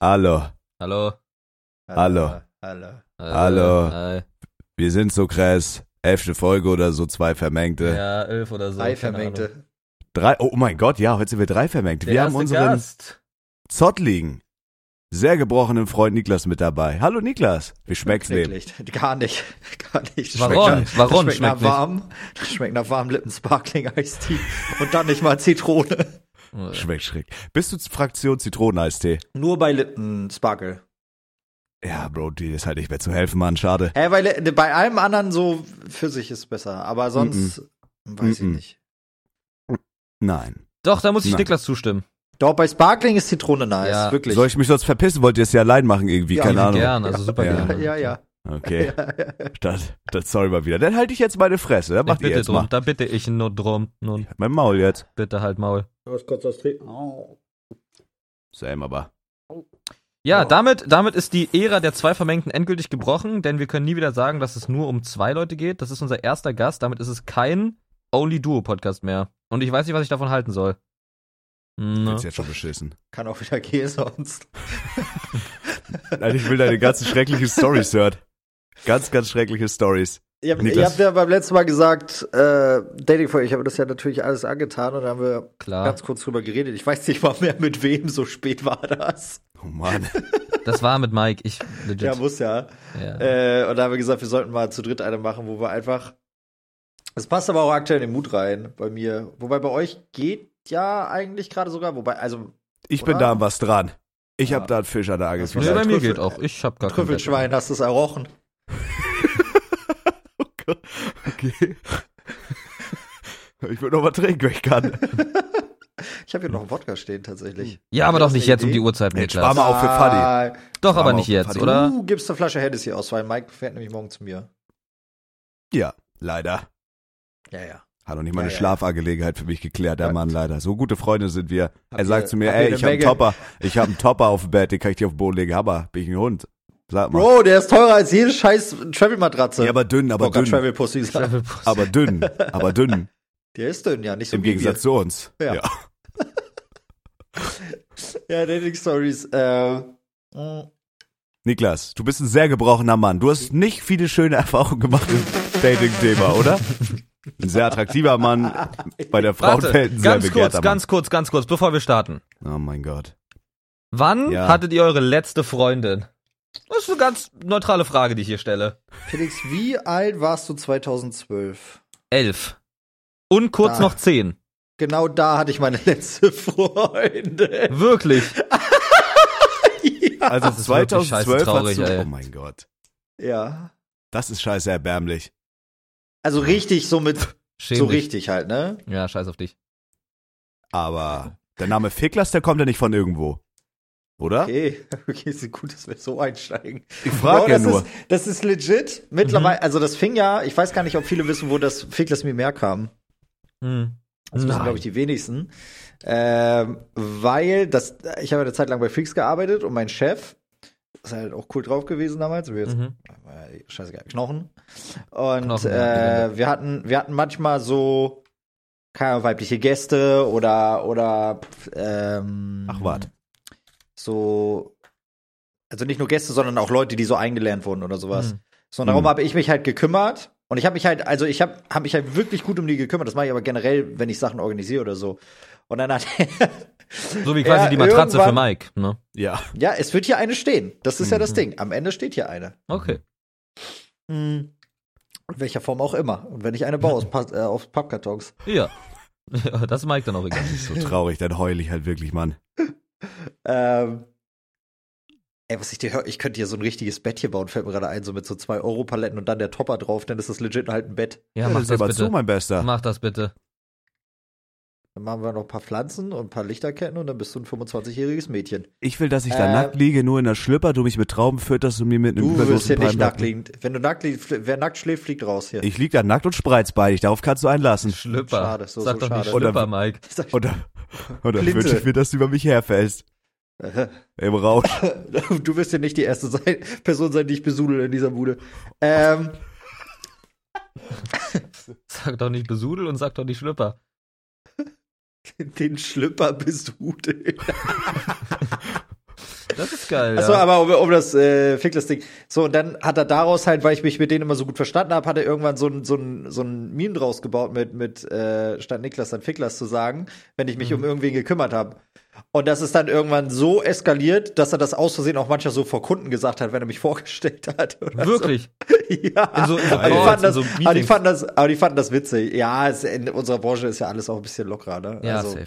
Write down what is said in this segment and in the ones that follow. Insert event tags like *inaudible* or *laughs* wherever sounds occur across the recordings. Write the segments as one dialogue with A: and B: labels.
A: Hallo,
B: Hallo.
A: Hallo.
C: Hallo.
A: Hallo.
B: Hi.
A: wir sind so krass. Elfte Folge oder so, zwei Vermengte.
B: Ja, elf oder so.
C: Drei
B: keine Ahnung.
C: Vermengte.
A: Drei, oh mein Gott, ja, heute sind wir drei Vermengte.
B: Der
A: wir haben
B: erste
A: unseren
B: Gast.
A: zottligen, sehr gebrochenen Freund Niklas mit dabei. Hallo Niklas, wie schmeckt's dem?
C: Wirklich. *laughs* Gar nicht. Gar nicht.
B: Warum?
C: Schmeckt nach,
B: Warum
C: schmeckt nach
B: schmeckt nicht?
C: warm. Schmeckt nach warm Lippensparkling Eistee. Und dann nicht mal Zitrone.
A: Schmeckt schräg. Bist du z- Fraktion Zitroneneistee?
C: Nur bei Lippensparkle.
A: Ja, Bro, die ist halt nicht mehr zu helfen, Mann, schade.
C: Hä, weil äh, bei allem anderen so für sich ist besser. Aber sonst weiß
A: Mm-mm.
C: ich nicht.
A: Nein.
B: Doch, da muss ich
A: Nein.
B: Niklas zustimmen.
C: Doch, bei Sparkling ist Zitrone nice.
B: Ja.
C: Wirklich.
A: Soll ich mich sonst verpissen? Wollt ihr es ja allein machen irgendwie?
C: Ja,
A: Keine Ahnung.
B: Gern, also super
A: Ja.
C: ja,
B: gerne.
C: ja, ja.
B: *laughs*
A: Okay, das, das sorry mal wieder. Dann halte ich jetzt meine Fresse. Dann
B: Ich
A: macht ihr
B: bitte
A: jetzt
B: drum,
A: mal.
B: da bitte ich nur drum. Nun,
A: Mein Maul jetzt.
B: bitte halt Maul.
A: Same aber.
B: Ja, damit, damit ist die Ära der zwei Vermengten endgültig gebrochen, denn wir können nie wieder sagen, dass es nur um zwei Leute geht. Das ist unser erster Gast, damit ist es kein Only Duo Podcast mehr. Und ich weiß nicht, was ich davon halten soll. Na.
A: Ist jetzt schon beschissen.
C: Kann auch wieder gehen sonst.
A: Nein, ich will deine ganzen schrecklichen Stories hören. Ganz, ganz schreckliche Stories.
C: Ihr habt, ihr
A: Niklas.
C: habt ja beim letzten Mal gesagt, äh, Dating for ich habe das ja natürlich alles angetan und da haben wir
A: Ah.
B: Klar.
C: ganz kurz drüber geredet. Ich weiß nicht mal mehr mit wem, so spät war das.
A: Oh Mann.
B: Das war mit Mike, ich legit.
C: Ja, muss ja.
B: Ja.
C: Äh, und da haben wir gesagt, wir sollten mal zu dritt eine machen, wo wir einfach. Es passt aber auch aktuell in den Mut rein bei mir. Wobei bei euch geht ja eigentlich gerade sogar, wobei, also
A: Ich bin
C: Oder?
A: da an was dran. Ich
C: Ja.
A: hab da einen Fisch an der Angel.
B: Nö,
C: vielleicht
B: bei mir
C: Trüffel-
B: geht auch. Ich hab gar keinen
C: Trüffelschwein hast du es errochen.
A: Okay. *laughs* Ich will noch mal trinken, wenn ich kann.
C: Ich habe hier noch einen Wodka stehen
A: Hm.
C: tatsächlich.
B: Ja, aber doch
C: Das ist
B: nicht
C: eine
B: jetzt um
C: Idee.
B: die Uhrzeit,
A: Jetzt spar
B: Niklas.
A: mal auf für Fadi.
C: Ah,
B: Doch, aber
A: mal
B: nicht
A: auf,
B: jetzt,
A: Party.
B: oder?
C: Du gibst eine Flasche Hennessy aus, weil Mike fährt nämlich morgen zu mir.
A: Ja, leider.
C: Ja, ja.
A: Hat noch nicht mal eine
C: Ja, ja.
A: Schlafangelegenheit für mich geklärt, der
C: Ja.
A: Mann, leider. So gute Freunde sind wir.
C: Habt
A: er sagt
C: ihr-
A: zu mir,
C: habt ihr
A: ey,
C: eine
A: ich hab einen
C: Menge-
A: Topper. Ich hab einen Topper auf dem Bett, den kann ich dir auf den Boden legen. Hammer, bin ich ein Hund. Sag mal.
C: Bro, der ist teurer als jede scheiß Travel-Matratze.
A: ja, aber dünn, aber
C: Bock an
A: dünn.
C: Travel Pussy gesagt.
A: Aber dünn, aber
C: *laughs*
A: dünn.
C: Der ist dünn, ja, nicht so
A: Im
C: wie
A: Gegensatz zu uns.
C: Ja. wir. Ja, Dating Stories. Äh,
A: Hm.
C: mh,
A: Niklas, du bist ein sehr gebrochener Mann. Du hast nicht viele schöne *laughs* Erfahrungen gemacht im Dating-Thema, oder? Ein sehr attraktiver Mann bei der
B: *laughs* Warte,
A: Frauenwelt, ein sehr
B: ganz kurz,
A: begehrter
B: ganz kurz, ganz kurz, bevor wir starten.
A: Mann. Oh mein
B: *laughs*
A: Gott.
B: Wann
A: Ja.
B: hattet ihr eure letzte Freundin? Das ist eine ganz neutrale Frage, die ich hier stelle.
C: Felix, wie alt warst du 2012?
B: Elf. Und kurz
C: Ah.
B: noch zehn.
C: Genau da hatte ich meine *laughs* letzte Freundin.
B: Wirklich.
A: Also
B: ist wirklich
A: 2012
B: scheiße traurig,
A: hast du,
B: ey.
A: Oh mein Gott.
C: Ja.
A: Das ist scheiße erbärmlich.
C: Also richtig, so mit,
B: Schäm
C: so
B: dich.
C: richtig halt, ne?
B: Ja, scheiß auf dich.
A: Aber der Name Ficklers, der kommt ja nicht von irgendwo. Oder?
C: Okay, *laughs* okay, ist gut, dass wir so einsteigen.
A: Ich frage
C: Bro,
A: ja
C: das
A: nur. Mhm.
C: Ist, das ist legit. Mittlerweile, also das fing ja, ich weiß gar nicht, ob viele wissen, wo das Fickless mir mehr kam.
B: Hm.
C: Das wissen, glaube ich, die wenigsten. Ähm, weil das, ich habe eine Zeit lang bei Freaks gearbeitet und mein Chef ist halt auch cool drauf gewesen damals. Wir jetzt,
B: Mhm.
C: äh, scheißegal, Knochen. Und
B: Knochen, ja,
C: äh, wir, hatten, wir hatten manchmal so keine Ahnung, weibliche Gäste oder, oder ähm,
A: Ach, wart.
C: so, also nicht nur Gäste, sondern auch Leute, die so eingelernt wurden oder sowas.
B: Mhm.
C: So, und darum
A: Mhm.
C: habe ich mich halt gekümmert. Und ich habe mich halt, also ich habe hab mich halt wirklich gut um die gekümmert. Das mache ich aber generell, wenn ich Sachen organisiere oder so. Und dann hat *laughs*
B: So wie quasi
C: Ja,
B: die Matratze für
C: irgendwann-
B: Mike. Ne?
A: Ja.
C: ja, es wird hier eine stehen. Das ist ja das
B: Mhm.
C: Ding. Am Ende steht hier eine.
B: Okay.
C: In welcher Form auch immer. Und wenn ich eine baue aus, Pas- äh, aus Pappkartons.
B: Ja. *laughs* ja. Das ist Mike dann auch egal.
A: So traurig, dann heul ich halt wirklich, Mann.
C: Ähm, ey, was ich dir höre, ich könnte hier so ein richtiges Bett hier bauen, fällt mir gerade ein, so mit so zwei Euro-Paletten und dann der Topper drauf, dann ist das legit halt ein Bett.
B: Ja, mach
A: das
B: das
A: aber zu,
B: bitte.
A: mein Bester.
B: Mach das bitte.
C: Dann machen wir noch ein paar Pflanzen und ein paar Lichterketten und dann bist du ein 25-jähriges Mädchen.
A: Ich will, dass ich
B: Ähm.
A: da
C: Äh,
A: nackt liege, nur in der Schlipper, du mich mit Trauben fütterst und mir mit einem
C: Du wirst
A: übergroßen
C: hier nicht
A: Palmblatt-
C: nackt liegen. Wenn du nackt liegst, fl- wer nackt schläft, fliegt raus hier. *laughs*
A: Ich lieg da nackt und spreizbeinig, darauf kannst du einlassen.
B: Schlüpper.
C: Hm, Schade, so-
B: Sag
C: so
B: doch nicht
C: schade.
A: Oder-
B: Schlüpper, Mike.
A: Und dann, und dann
C: Flinte.
A: wünsche ich mir, dass du über mich herfällst. Im Rausch.
C: du wirst ja nicht die erste sein, *laughs* Person sein, die ich besudel in dieser Bude. Ähm, *laughs*
B: Sag doch nicht Besudel und sag doch nicht Schlüpper.
C: den Schlüpper besudel.
B: Das ist geil.
C: Achso,
B: ja.
C: aber um, um das äh, Fickless Ding. So, und dann hat er daraus halt, weil ich mich mit denen immer so gut verstanden habe, hat er irgendwann so ein, so ein, so ein Meme draus gebaut mit, mit äh, statt Niklas dann Ficklers zu sagen, wenn ich
B: Mhm.
C: mich um irgendwen gekümmert habe. Und das ist dann irgendwann so eskaliert, dass er das aus Versehen auch manchmal so vor Kunden gesagt hat, wenn er mich *laughs* vorgestellt hat. Oder *laughs*
B: Wirklich.
C: So. Ja.
B: In so- in so
C: Ah, aber, die
B: Calls,
C: fanden
B: in
C: das,
B: so
C: aber, die
B: Meetings.
C: fanden das, aber die fanden das witzig. Ja, es, in unserer Branche ist ja alles auch ein bisschen lockerer, ne?
B: Ja,
C: also,
B: safe.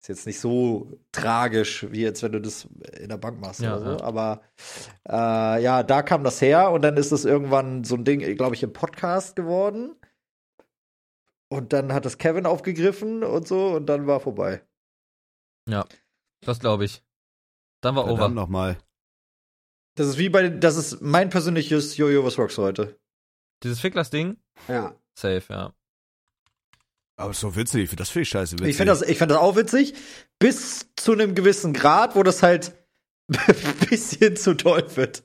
C: ist jetzt nicht so tragisch, wie jetzt, wenn du das in der Bank machst
B: Ja,
C: oder so.
B: ja.
C: Aber äh, ja, da kam das her und dann ist das irgendwann so ein Ding, glaube ich, im Podcast geworden. Und dann hat das Kevin aufgegriffen und so und dann war vorbei.
B: Das glaube ich. Dann war
A: Verdammt
B: over.
A: nochmal.
C: Das ist wie bei, das ist mein persönliches Jojo was rocks heute.
B: Dieses Ficklers-Ding,
C: Ja.
B: safe, ja.
A: Aber ist so witzig, das finde ich scheiße witzig.
C: Ich finde das, ich find das auch witzig, bis zu einem gewissen Grad, wo das halt *laughs* ein bisschen zu doll wird.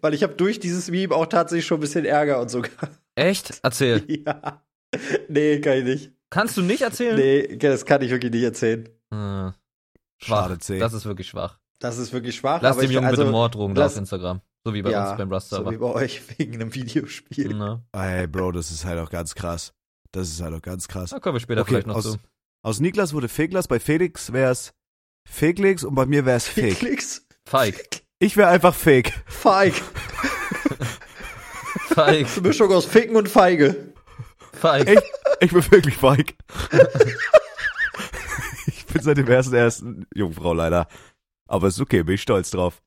C: Weil ich habe durch dieses Meme auch tatsächlich schon ein bisschen Ärger und so gehabt.
B: Echt?
C: *laughs*
B: Erzähl.
C: Ja. Nee, kann ich nicht.
B: Kannst du nicht erzählen?
C: Nee, das kann ich wirklich nicht erzählen.
B: Äh, schwach.
A: Schade, C.
B: Das ist wirklich schwach.
C: Das ist wirklich schwach.
B: Lass
C: aber
B: dem
C: ich-
B: Jungen
C: also,
B: bitte Mord drohen da
C: lass-
B: auf Instagram. So wie bei
C: ja,
B: uns beim Rust
C: So
B: Server.
C: wie bei euch wegen einem
A: Hm,
C: Videospiel.
B: Ne?
A: Ey, Bro, das ist halt auch ganz krass. Das ist halt auch ganz krass.
B: Da kommen wir später
A: Okay,
B: vielleicht noch
A: aus-
B: zu.
A: Aus Niklas wurde Feglas, bei Felix wär's Feglix und bei mir wär's Feg.
C: Klicks.
B: Feig.
C: *laughs*
A: Ich wär einfach Feg.
C: Feig.
B: Feig.
C: Mischung aus Ficken und Feige.
B: Feig.
A: Ich, ich bin wirklich
B: *laughs*
A: Feig. ich bin seit dem ersten ersten Jungfrau leider. Aber ist okay, bin ich stolz drauf.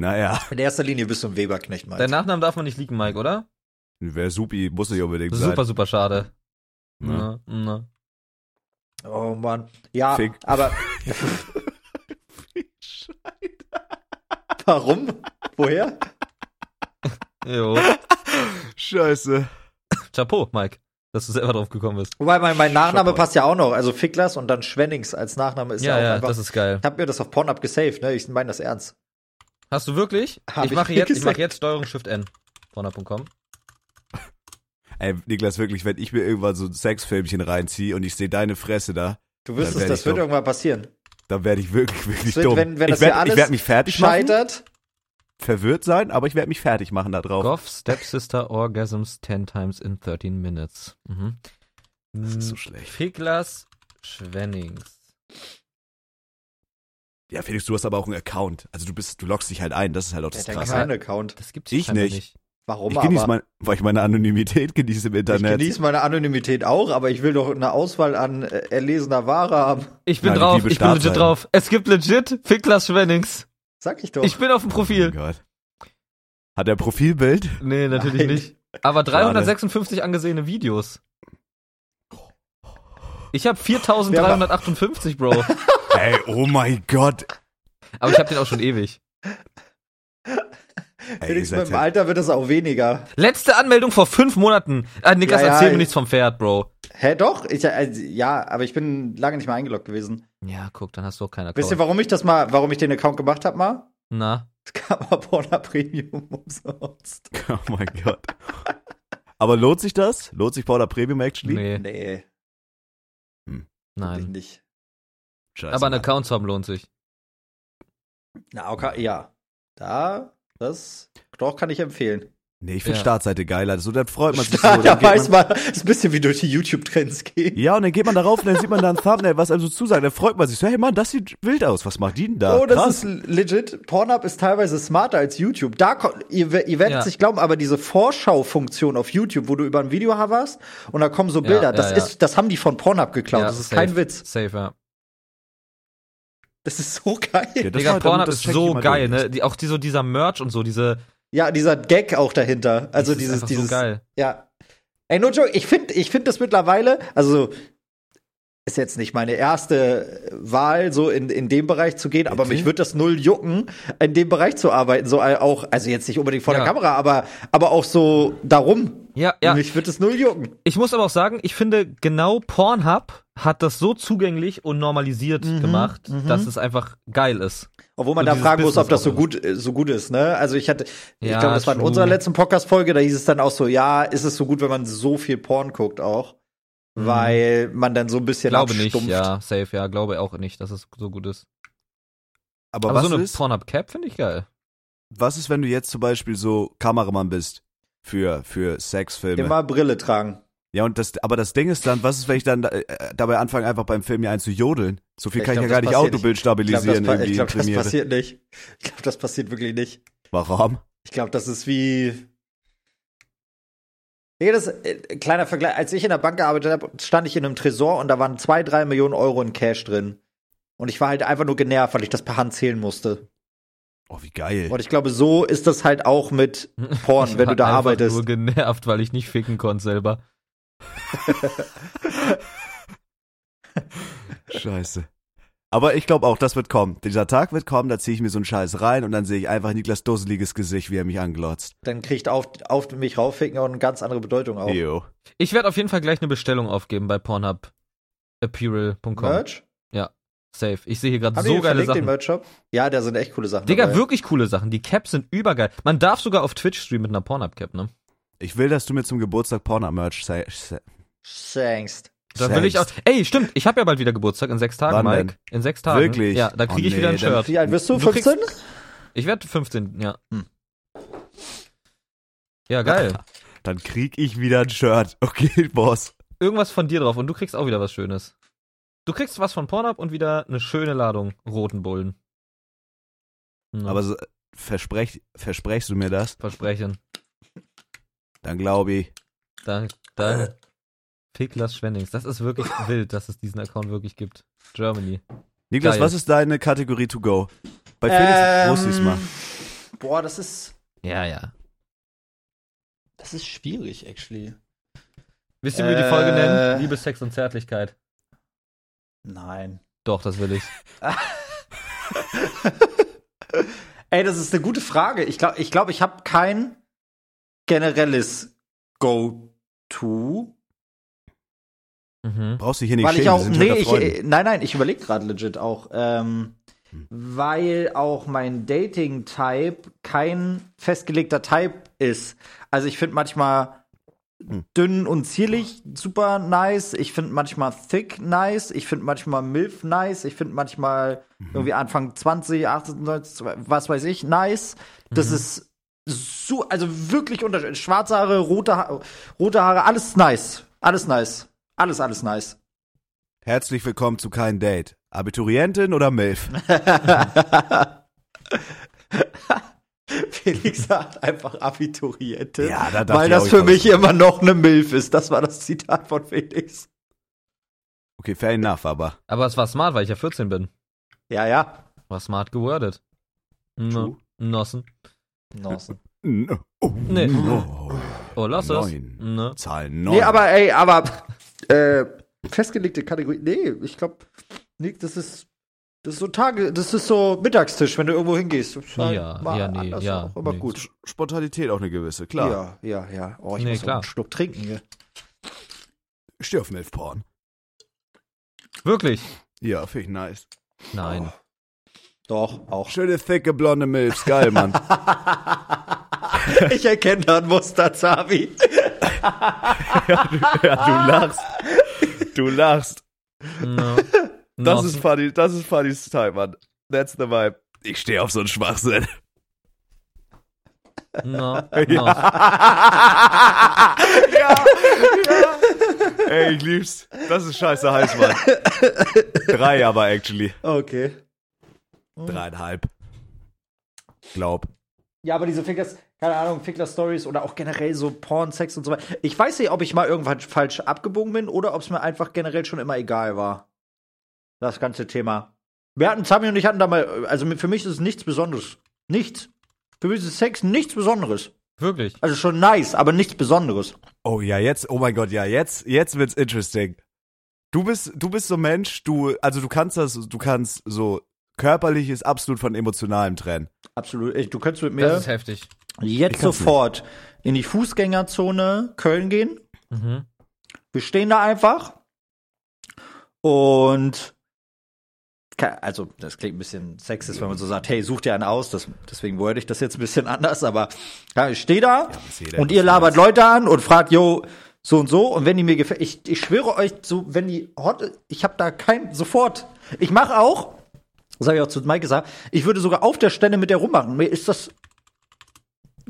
A: Naja,
C: In erster Linie bist du ein Weberknecht, Mike.
B: Dein Nachnamen darf man nicht liegen, Mike, oder?
A: wär supi, muss nicht unbedingt sein.
B: Super, super schade.
A: Ne?
B: Ne? Ne?
C: Oh Mann. Ja,
A: Fick. *laughs*
C: aber warum? Woher?
B: Jo.
A: Scheiße.
B: Chapeau, Mike, dass du selber drauf gekommen bist.
C: Wobei mein, mein Nachname
A: Schopper.
C: passt ja auch noch. Also Ficklers und dann Schwennings als Nachname ist ja,
B: ja,
C: auch
B: ja,
C: einfach.
B: das ist geil.
C: ich hab mir das auf Pornhub gesaved, ne? Ich meine das ernst.
B: Hast du wirklich?
C: Hab
B: ich
C: ich
B: mache jetzt, ich
C: gesagt.
B: mache jetzt Steuerung Shift N. Vorne.com.
A: Ey, Niklas, wirklich, wenn ich mir irgendwann so ein Sexfilmchen reinziehe und ich sehe deine Fresse da,
C: Du
A: Dann
C: wirst es,
A: werd
C: das
A: ich
C: wird
A: dumm.
C: irgendwann passieren.
A: dann werde ich wirklich, wirklich
C: Das wird-
A: dumm.
C: wenn- wenn das
A: ich werde
C: hier alles
A: werd mich fertig machen,
C: Scheitert.
A: verwirrt sein, aber ich werde mich fertig machen da drauf.
B: Goff Stepsister Orgasms 10 times in 13 minutes. Mhm. Das
A: ist so schlecht.
B: Mm, Figlas Schwennings.
A: Ja, Felix, du hast aber auch einen Account. Also du bist, du loggst dich halt ein, das ist halt auch das
C: Der hat
A: Krasse.
C: keinen Account.
B: Das gibt's
A: Ich
B: scheinbar
A: nicht.
C: Warum
A: Ich genieße
C: aber?
A: mein, weil ich meine Anonymität genieße im
C: Ich
A: Internet.
C: genieße meine Anonymität auch, aber ich will doch eine Auswahl an äh, erlesener Ware haben. *laughs*
B: Ich bin
A: Nein, die
B: drauf,
A: Liebe
B: ich bin legit
A: Startseite.
B: drauf. Es gibt legit Ficklas Schwennings.
C: Sag ich doch.
B: Ich bin auf
A: oh
B: dem
A: mein
B: Profil.
A: Gott. Hat er
C: *laughs*
A: Profilbild?
B: Nee, natürlich
C: Nein.
B: nicht. Aber 356 angesehene Videos. Ich habe 4358, Bro.
A: Ey, oh mein Gott.
B: Aber ich habe den auch schon ewig.
A: Ey, ihr
C: Felix, mit
A: seid
C: dem
A: ja,
C: Alter wird das auch weniger.
B: Letzte Anmeldung vor fünf Monaten. Ah, Niklas,
C: Ja, ja,
B: erzähl mir
C: ich-
B: nichts vom Pferd, Bro.
C: Hä, doch? Ich, äh, ja, aber ich bin lange nicht mehr eingeloggt gewesen.
B: Ja, guck, dann hast du auch keinen
C: Wisst ihr,
B: Account.
C: warum ich das mal, warum ich den Account gemacht habe *laughs* mal?
B: Na,
C: Es gab mal Pornhub Premium *laughs* umsonst.
A: *laughs* oh mein Gott. Aber lohnt sich das? Lohnt sich Paula Premium actually?
B: nee,
C: Nee,
B: nein.
C: nicht.
A: Scheiße,
B: Aber einen
A: Mann.
B: Account zu haben lohnt sich.
C: Na, okay, ja. Da, das, doch, kann ich empfehlen.
A: Nee, ich finde
B: Ja.
A: Startseite geiler. So, dann freut
C: *laughs*
A: man sich so.
C: Da,
A: Dann
C: da
A: geht
C: weiß
A: man,
C: man, ist ein bisschen wie durch die YouTube-Trends gehen.
A: ja, und dann geht man darauf und dann sieht man da ein Thumbnail, was einem so zusagt. Dann freut man sich so, hey Mann, das sieht wild aus. Was macht die denn da?
C: oh, das
A: Krass.
C: ist legit. Pornhub ist teilweise smarter als YouTube. Da ko- ihr, we- ihr werdet
B: Ja.
C: es nicht glauben, aber diese Vorschau-Funktion auf YouTube, wo du über ein Video hoverst und da kommen so Bilder,
B: ja,
C: das
B: ja.
C: ist, das haben die von Pornhub geklaut.
B: Ja,
C: das ist
B: safe,
C: kein Witz.
B: Safe, ja.
C: Das halt, ist so geil.
A: Ja,
C: Ja,
A: das
B: Digga,
A: war-
B: Pornhub
A: das
B: ist
A: check ich
B: so
A: mal
B: geil,
A: durch.
B: ne? Die, auch die, so dieser Merch und so, diese.
C: dieser Gag auch dahinter. Also
B: das ist
C: dieses,
B: einfach
C: dieses,
B: So geil.
C: ja. Ey, no joke, ich finde, ich finde das mittlerweile, also ist jetzt nicht meine erste Wahl, so in, in dem Bereich zu gehen, aber
A: Bitte?
C: mich würde das null jucken, in dem Bereich zu arbeiten, so all- auch, also jetzt nicht unbedingt vor
B: Ja.
C: der Kamera, aber, aber auch so darum.
B: Ja, ja.
C: Mich würde das null jucken.
B: Ich muss aber auch sagen, ich finde, genau Pornhub hat das so zugänglich und normalisiert
C: Mhm,
B: gemacht, dass es einfach geil ist.
C: Obwohl man
B: So
C: da
B: dieses
C: fragen muss, ob das so
B: Business
C: gut, äh, so gut ist, ne? Also ich hatte, ich
B: Ja,
C: glaube, das war in
B: true.
C: unserer letzten Podcast-Folge, da hieß es dann auch so, ja, ist es so gut, wenn man so viel Porn guckt auch? Weil man dann so ein bisschen
B: Mhm. Glaube
C: abstumpft.
B: nicht, ja, safe, ja, glaube auch nicht, dass es so gut ist.
A: Aber,
B: Aber
A: was,
B: so eine
A: ist,
B: Pornhub-Cap finde ich geil.
A: was ist, wenn du jetzt zum Beispiel so Kameramann bist für, für Sexfilme?
C: Immer Brille tragen.
A: Ja, und das, aber das Ding ist dann, was ist, wenn ich dann da, äh, dabei anfange, einfach beim Film hier einzujodeln? So viel
C: Ich
A: kann ich
C: glaub,
A: ja gar
C: das
A: nicht
C: passiert
A: Autobild
C: Ich glaube, das,
A: stabilisieren
C: pa- ich
A: irgendwie
C: glaub,
A: in
C: das
A: Premiere.
C: passiert nicht. Ich glaube, das passiert wirklich nicht.
A: Warum?
C: Ich glaube, das ist wie. Nee, das, äh, kleiner Vergleich. Als ich in der Bank gearbeitet habe, stand ich in einem Tresor und da waren zwei, drei Millionen Euro in Cash drin. Und ich war halt einfach nur genervt, weil ich das per Hand zählen musste.
A: Oh, wie geil.
C: Und ich glaube, so ist das halt
B: *laughs*
C: auch mit Porn, wenn du da
B: Einfach
C: arbeitest.
B: nur genervt, weil ich nicht ficken konnte selber.
A: Scheiße. Aber ich glaube auch, das wird kommen. Dieser Tag wird kommen, da ziehe ich mir so einen Scheiß rein und dann sehe ich einfach Niklas dusseliges Gesicht, wie er mich anglotzt.
C: Dann kriegt auf, auf mich raufficken auch eine ganz andere Bedeutung auch.
A: Jo.
B: Ich werde auf jeden Fall gleich eine Bestellung aufgeben bei pornhubapparel.com.
C: Merch?
B: Safe. Ich sehe hier gerade
C: Haben
B: so
C: wir
B: geile
C: verlinkt den
B: Sachen.
C: Merch-Shop? Ja, da sind echt coole Sachen.
B: Digga,
C: dabei.
B: wirklich coole Sachen. Die Caps sind übergeil. Man darf sogar auf Twitch streamen mit einer Pornhub-Cap, ne?
A: Ich will, dass du mir zum Geburtstag Porno-Merch sei- sei-
C: Thanks.
B: Da will ich auch.
A: schenkst.
B: Ey, stimmt. Ich habe ja bald wieder Geburtstag in sechs Tagen,
A: Wann
B: Mike.
A: denn?
B: In sechs Tagen.
A: Wirklich?
B: Ja, da kriege
A: Oh
B: ich wieder ein
A: nee, dann-
B: Shirt.
C: Wie alt bist du?
B: Du kriegst-
C: 15?
B: Ich werde 15, ja.
C: Hm.
B: Ja, geil.
A: Dann krieg ich wieder ein Shirt. *laughs* Okay, Boss.
B: Irgendwas von dir drauf und du kriegst auch wieder was Schönes. Du kriegst was von Pornhub und wieder eine schöne Ladung roten Bullen. Hm, Na,
A: Aber so, versprech, versprechst du mir das?
B: Versprechen.
A: Dann glaube ich.
B: Dank, dank.
A: Äh.
B: Picklas Schwendings. Das
A: *laughs*
B: ist wirklich wild, dass es diesen Account wirklich gibt. Germany.
A: Niklas,
B: Geil.
A: was ist deine Kategorie to go? Bei Felix
C: Ähm,
A: muss ich's mal.
C: Boah, das ist.
B: Ja, ja.
D: Das ist schwierig, actually.
B: Wisst ihr, wie wir die Folge
C: Äh.
B: nennen? Liebe, Sex und Zärtlichkeit.
C: Nein.
B: Doch, das will ich.
C: Ey, das ist eine gute Frage. Ich glaube, ich, glaub, ich habe kein generelles Go-To.
B: Mhm.
A: Brauchst dich hier nicht
C: Weil
A: schämen,
C: ich auch.
A: wir sind schon
C: Nee,
A: unter
C: ich,
A: Freunden.
C: äh, nein, nein, ich überlege gerade legit auch. Ähm, weil auch mein Dating-Type kein festgelegter Type ist. Also ich finde manchmal
A: Hm.
C: dünn und zierlich super nice. Ich finde manchmal thick nice. Ich finde manchmal milf nice. Ich finde manchmal
A: Mhm.
C: irgendwie Anfang 20, 18, 19, was weiß ich, nice.
A: Mhm.
C: Das ist so, also wirklich unterschiedlich. Schwarze Haare, rote, ha rote Haare, alles nice. Alles nice. Alles, alles nice.
A: Herzlich willkommen zu Kein Date. Abiturientin oder
C: *laughs*
A: MILF?
C: Felix sagt einfach Abituriente,
A: Ja, da dachte
C: weil
A: ich auch,
C: das
A: ich
C: für
A: weiß
C: mich immer noch eine Milf ist. Das war das Zitat von Felix.
A: Okay, fair enough, aber.
B: Aber es war smart, weil ich ja 14 bin.
C: Ja, ja.
B: War smart gewordet. No,
A: True.
B: Nossen.
C: Nee,
A: No. Oh,
B: Nee.
A: no.
B: Oh, lass es.
A: Neun.
B: Ne?
A: Zahl 9.
C: aber ey, aber äh, festgelegte Kategorie. Nee, ich glaube, Nick, das ist das ist so Tage, das ist so Mittagstisch, wenn du irgendwo hingehst. Das ist halt
B: Ja,
C: mal
B: ja, nee,
C: anders
B: ja,
C: auch immer
B: nee.
C: gut.
A: Spontanität auch eine gewisse, klar. Ja.
C: Ja, ja, ja. Oh, ich
B: Nee,
C: muss
B: klar.
C: klar. einen Schluck trinken. hier.
A: Steh auf MILF-Porn.
B: Wirklich?
A: Ja, finde ich nice.
B: Nein.
C: Doch, auch.
A: Schöne, dicke, blonde MILFs, geil, Mann.
C: *laughs* ich erkenne da ein
B: *laughs*
C: Muster, Zabi.
A: ja, *laughs* du lachst. Du lachst.
B: No.
A: *laughs* Das
B: Ne. Nossen.
A: ist funny, das ist funny Time, Mann. That's the vibe. Ich stehe auf so einen Schwachsinn.
B: No, no.
A: *laughs* Ey, ich lieb's. Das ist scheiße heiß, *laughs* Mann. Drei aber, actually.
C: Okay.
A: Dreieinhalb. Glaub.
C: Ja, aber diese Fickers, keine Ahnung, Fickler-Stories oder auch generell so Porn, Sex und so weiter. Ich weiß nicht, ob ich mal irgendwann falsch abgebogen bin oder ob es mir einfach generell schon immer egal war. Das ganze Thema. Wir hatten, Sami und ich hatten da mal, also für mich ist es nichts Besonderes. Nichts. Für mich ist Sex nichts Besonderes.
B: Wirklich?
C: Also schon nice, aber nichts Besonderes.
A: Oh ja, jetzt, oh mein Gott, ja, jetzt, jetzt wird's interesting. Du bist, du bist so ein Mensch, du, also du kannst das, du kannst so körperliches absolut von emotionalem trennen.
C: Absolut. Ich, du könntest mit
B: Das
C: mir
B: ist heftig.
A: Ich
C: jetzt
A: kann's
C: sofort in die Fußgängerzone Köln gehen.
B: Mhm.
C: Wir stehen da einfach. Und ke- also, das klingt ein bisschen sexist, wenn man so sagt, hey, such dir einen aus. Das, deswegen wollte ich das jetzt ein bisschen *laughs* anders, aber ja, ich stehe da
A: das jeder
C: und
A: das
C: ihr labert Leute an und fragt, yo, so und so. Und wenn die mir gefällt, ich, ich schwöre euch, so, wenn die hot, ich habe da kein, sofort. Ich mache auch, Das habe ich auch zu Mike gesagt. Ich würde sogar auf der Stelle mit der rummachen. Mir ist das.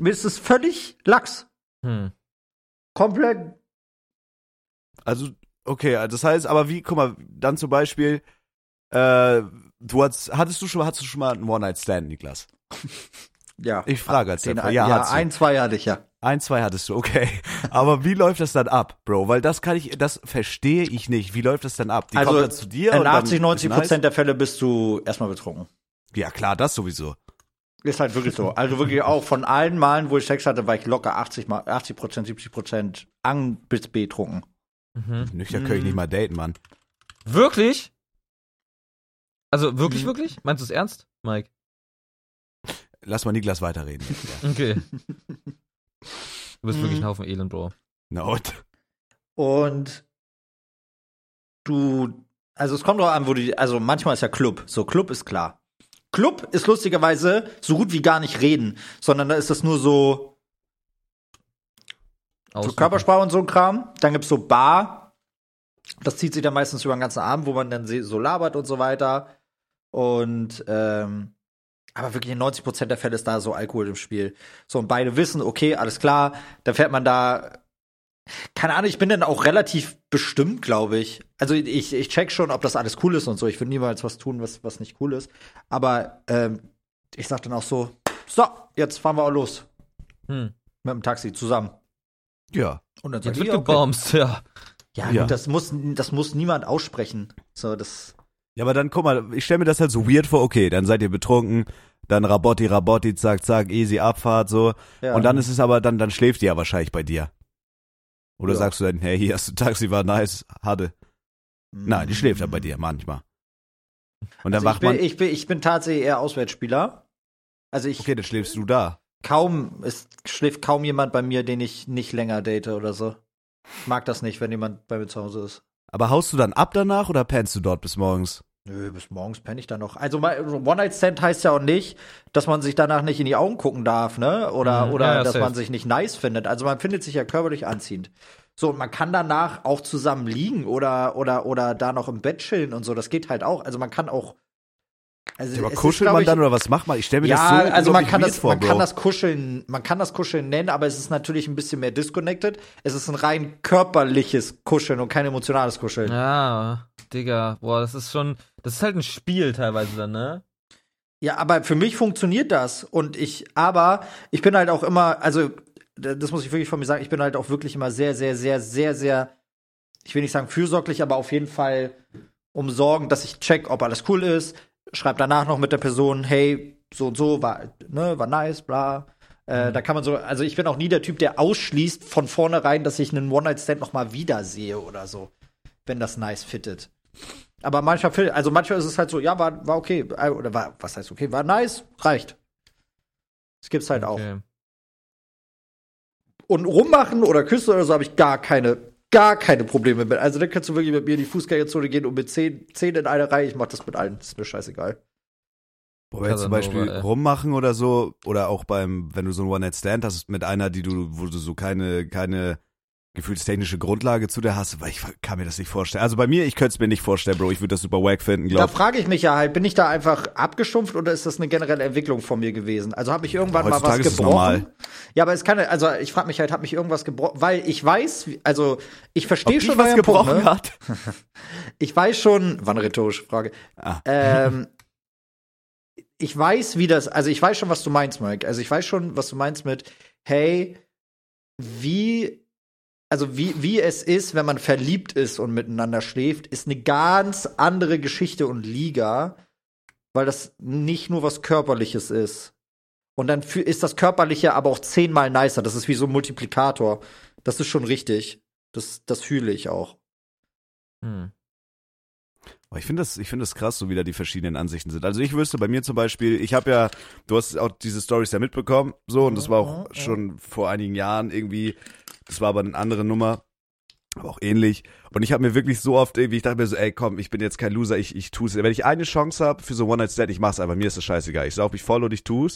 C: Mir ist das völlig lax.
B: Hm.
C: Komplett.
A: Also, okay, das heißt, aber wie, guck mal, dann zum Beispiel, äh, du hast, hattest du schon, hattest du schon mal einen One-Night-Stand, Niklas?
C: Ja.
A: Ich frage als
C: Ah, Den,
A: Dämpfer.
C: ja,
A: hattest du.
C: ein, zwei hatte ich ja.
A: Ein, zwei hattest du, okay. Aber wie läuft das dann ab, Bro? Weil das kann ich, das verstehe ich nicht. Wie läuft das dann ab? Die kommt dann zu dir
C: Also in
A: und dann
C: 80, 90
A: ist nice?
C: Prozent der Fälle bist du erstmal betrunken.
A: Ja klar, das sowieso.
C: Ist halt wirklich so. Also wirklich auch von allen Malen, wo ich Sex hatte, war ich locker 80 mal 80 Prozent, 70 Prozent an bis betrunken.
B: Mhm.
A: Nüchtern kann ich nicht mal daten, Mann.
B: Wirklich? Also
C: Mhm.
B: wirklich, wirklich? Meinst du es ernst, Mike?
A: Lass mal Niklas weiterreden. *laughs* jetzt, ja.
B: Okay. Du bist
C: Mhm.
B: wirklich ein Haufen Elend, Bro.
A: Na und?
C: Und du, also es kommt drauf an, wo du, also manchmal ist ja Club. So, Club ist klar. Club ist lustigerweise so gut wie gar nicht reden, sondern da ist das nur so, so
B: Aussuchen.
C: Körpersprache und so ein Kram. Dann gibt's so Bar. Das zieht sich dann meistens über den ganzen Abend, wo man dann se- so labert und so weiter. Und ähm, aber wirklich in 90 Prozent der Fälle ist da so Alkohol im Spiel. So, und beide wissen, okay, alles klar, dann fährt man da. Keine Ahnung, ich bin dann auch relativ bestimmt, glaube ich. Also ich, ich check schon, ob das alles cool ist und so. Ich würde niemals was tun, was, was nicht cool ist. Aber ähm, ich sag dann auch so, so, jetzt fahren wir auch los
B: Hm.
C: mit dem Taxi zusammen.
A: Ja.
C: Und dann sag
B: Jetzt
C: ich,
B: wird
C: ja, okay.
B: gebomst, ja.
C: Ja,
A: Ja.
C: Gut, das muss, das muss niemand aussprechen. So, das.
A: Ja, aber dann guck mal, ich stelle mir das halt so weird vor, okay, dann seid ihr betrunken, dann Rabotti, Rabotti, zack, zack, easy Abfahrt, so.
C: Ja.
A: Und dann ist es aber, dann, dann schläft die ja wahrscheinlich bei dir. Oder
C: Ja.
A: sagst du dann, hey, hier hast du ein Taxi, war nice, hatte. Nein, die schläft dann bei dir manchmal. Und dann
C: Hm. Mhm. Also ich,
A: wacht man,
C: bin, ich, bin, ich bin tatsächlich eher Auswärtsspieler. Also ich
A: okay, dann schläfst du da.
C: kaum, es schläft kaum jemand bei mir, den ich nicht länger date oder so. Ich mag das nicht, wenn jemand bei mir zu Hause ist.
A: Aber haust du dann ab danach oder pennst du dort bis morgens?
C: Nö, bis morgens penne ich dann noch. Also mal- so One-Night-Stand heißt ja auch nicht, dass man sich danach nicht in die Augen gucken darf, ne? Oder,
B: Mhm.
C: oder
B: Ja, ja,
C: dass
B: safe.
C: man sich nicht nice findet. Also man findet sich ja körperlich anziehend. So, und man kann danach auch zusammen liegen oder, oder, oder da noch im Bett chillen und so. Das geht halt auch. Also man kann auch. Also
A: Ja,
C: es
A: aber
C: ist,
A: kuschelt
C: glaub
A: man
C: ich,
A: dann oder was macht man? Ich stelle mir
C: ja,
A: das so
C: also man
A: unglaublich
C: kann
A: weird
C: das,
A: vor,
C: man
A: Bro.
C: kann das kuscheln, man kann das kuscheln nennen, aber es ist natürlich ein bisschen mehr disconnected. Es ist ein rein körperliches Kuscheln und kein emotionales Kuscheln.
B: Ja, Digga. Boah, das ist schon. Das ist halt ein Spiel teilweise dann, ne?
C: Ja, aber für mich funktioniert das und ich, aber ich bin halt auch immer, also d- das muss ich wirklich von mir sagen, ich bin halt auch wirklich immer sehr, sehr, sehr, sehr, sehr, ich will nicht sagen fürsorglich, aber auf jeden Fall umsorgen, dass ich check, ob alles cool ist, schreib danach noch mit der Person, hey, so und so, war, ne, war nice, bla. Äh, da kann man so, also ich bin auch nie der Typ, der ausschließt von vornherein, dass ich einen One-Night-Stand noch mal wiedersehe oder so, wenn das nice fittet. Aber manchmal, fil- also manchmal ist es halt so, ja, war, war okay, äh, oder war, was heißt okay, war nice, reicht. Das gibt's halt auch.
B: Okay.
C: Und rummachen oder küssen oder so habe ich gar keine, gar keine Probleme mit. Also da kannst du wirklich mit mir in die Fußgängerzone gehen und mit zehn, zehn in einer Reihe, ich mach das mit allen, das ist mir scheißegal.
A: Boah, wenn zum
B: Casanova,
A: Beispiel
C: äh,
B: ey.
A: rummachen oder so, oder auch beim, wenn du so ein One-Night-Stand hast mit einer, die du, wo du so keine, keine gefühlstechnische Grundlage zu der hast, weil ich kann mir das nicht vorstellen. Also bei mir, ich könnte es mir nicht vorstellen, Bro. Ich würde das super wack finden,
C: Da
A: glaub ich.
C: frage ich mich ja halt, bin ich da einfach abgestumpft oder ist das eine generelle Entwicklung von mir gewesen? Also habe ich irgendwann mal was
A: Heutzutage ist es
C: gebrochen?
A: normal.
C: Ja, aber es kann, also ich frage mich halt, habe mich irgendwas gebrochen? Weil ich weiß, wie- also ich verstehe
A: Ob
C: schon
A: die was
C: euren Punkt,
A: gebrochen
C: ne?
A: hat?
C: Ich weiß schon, war eine rhetorische Frage.
A: Ah.
C: Ähm, ich weiß, wie das, also ich weiß schon, was du meinst, Mike. Also ich weiß schon, was du meinst mit, hey, wie, also wie, wie es ist, wenn man verliebt ist und miteinander schläft, ist eine ganz andere Geschichte und Liga, weil das nicht nur was Körperliches ist. Und dann fü- ist das Körperliche aber auch zehnmal nicer. Das ist wie so ein Multiplikator. Das ist schon richtig. Das, das fühle ich auch.
B: Hm.
A: Boah, Oh, Ich finde das, ich finde das krass, so wie da die verschiedenen Ansichten sind. Also ich wüsste bei mir zum Beispiel, ich habe ja, du hast auch diese Stories ja mitbekommen, so und das war auch
C: Mhm, ja.
A: schon vor einigen Jahren irgendwie. Das war aber eine andere Nummer, aber auch ähnlich. Und ich habe mir wirklich so oft irgendwie, ich dachte mir so, ey, komm, ich bin jetzt kein Loser, ich, ich tu's. Wenn ich eine Chance habe für so One Night Stand, ich mach's einfach. Mir ist das scheißegal. Ich saug mich voll und ich
C: *laughs*
A: tu's.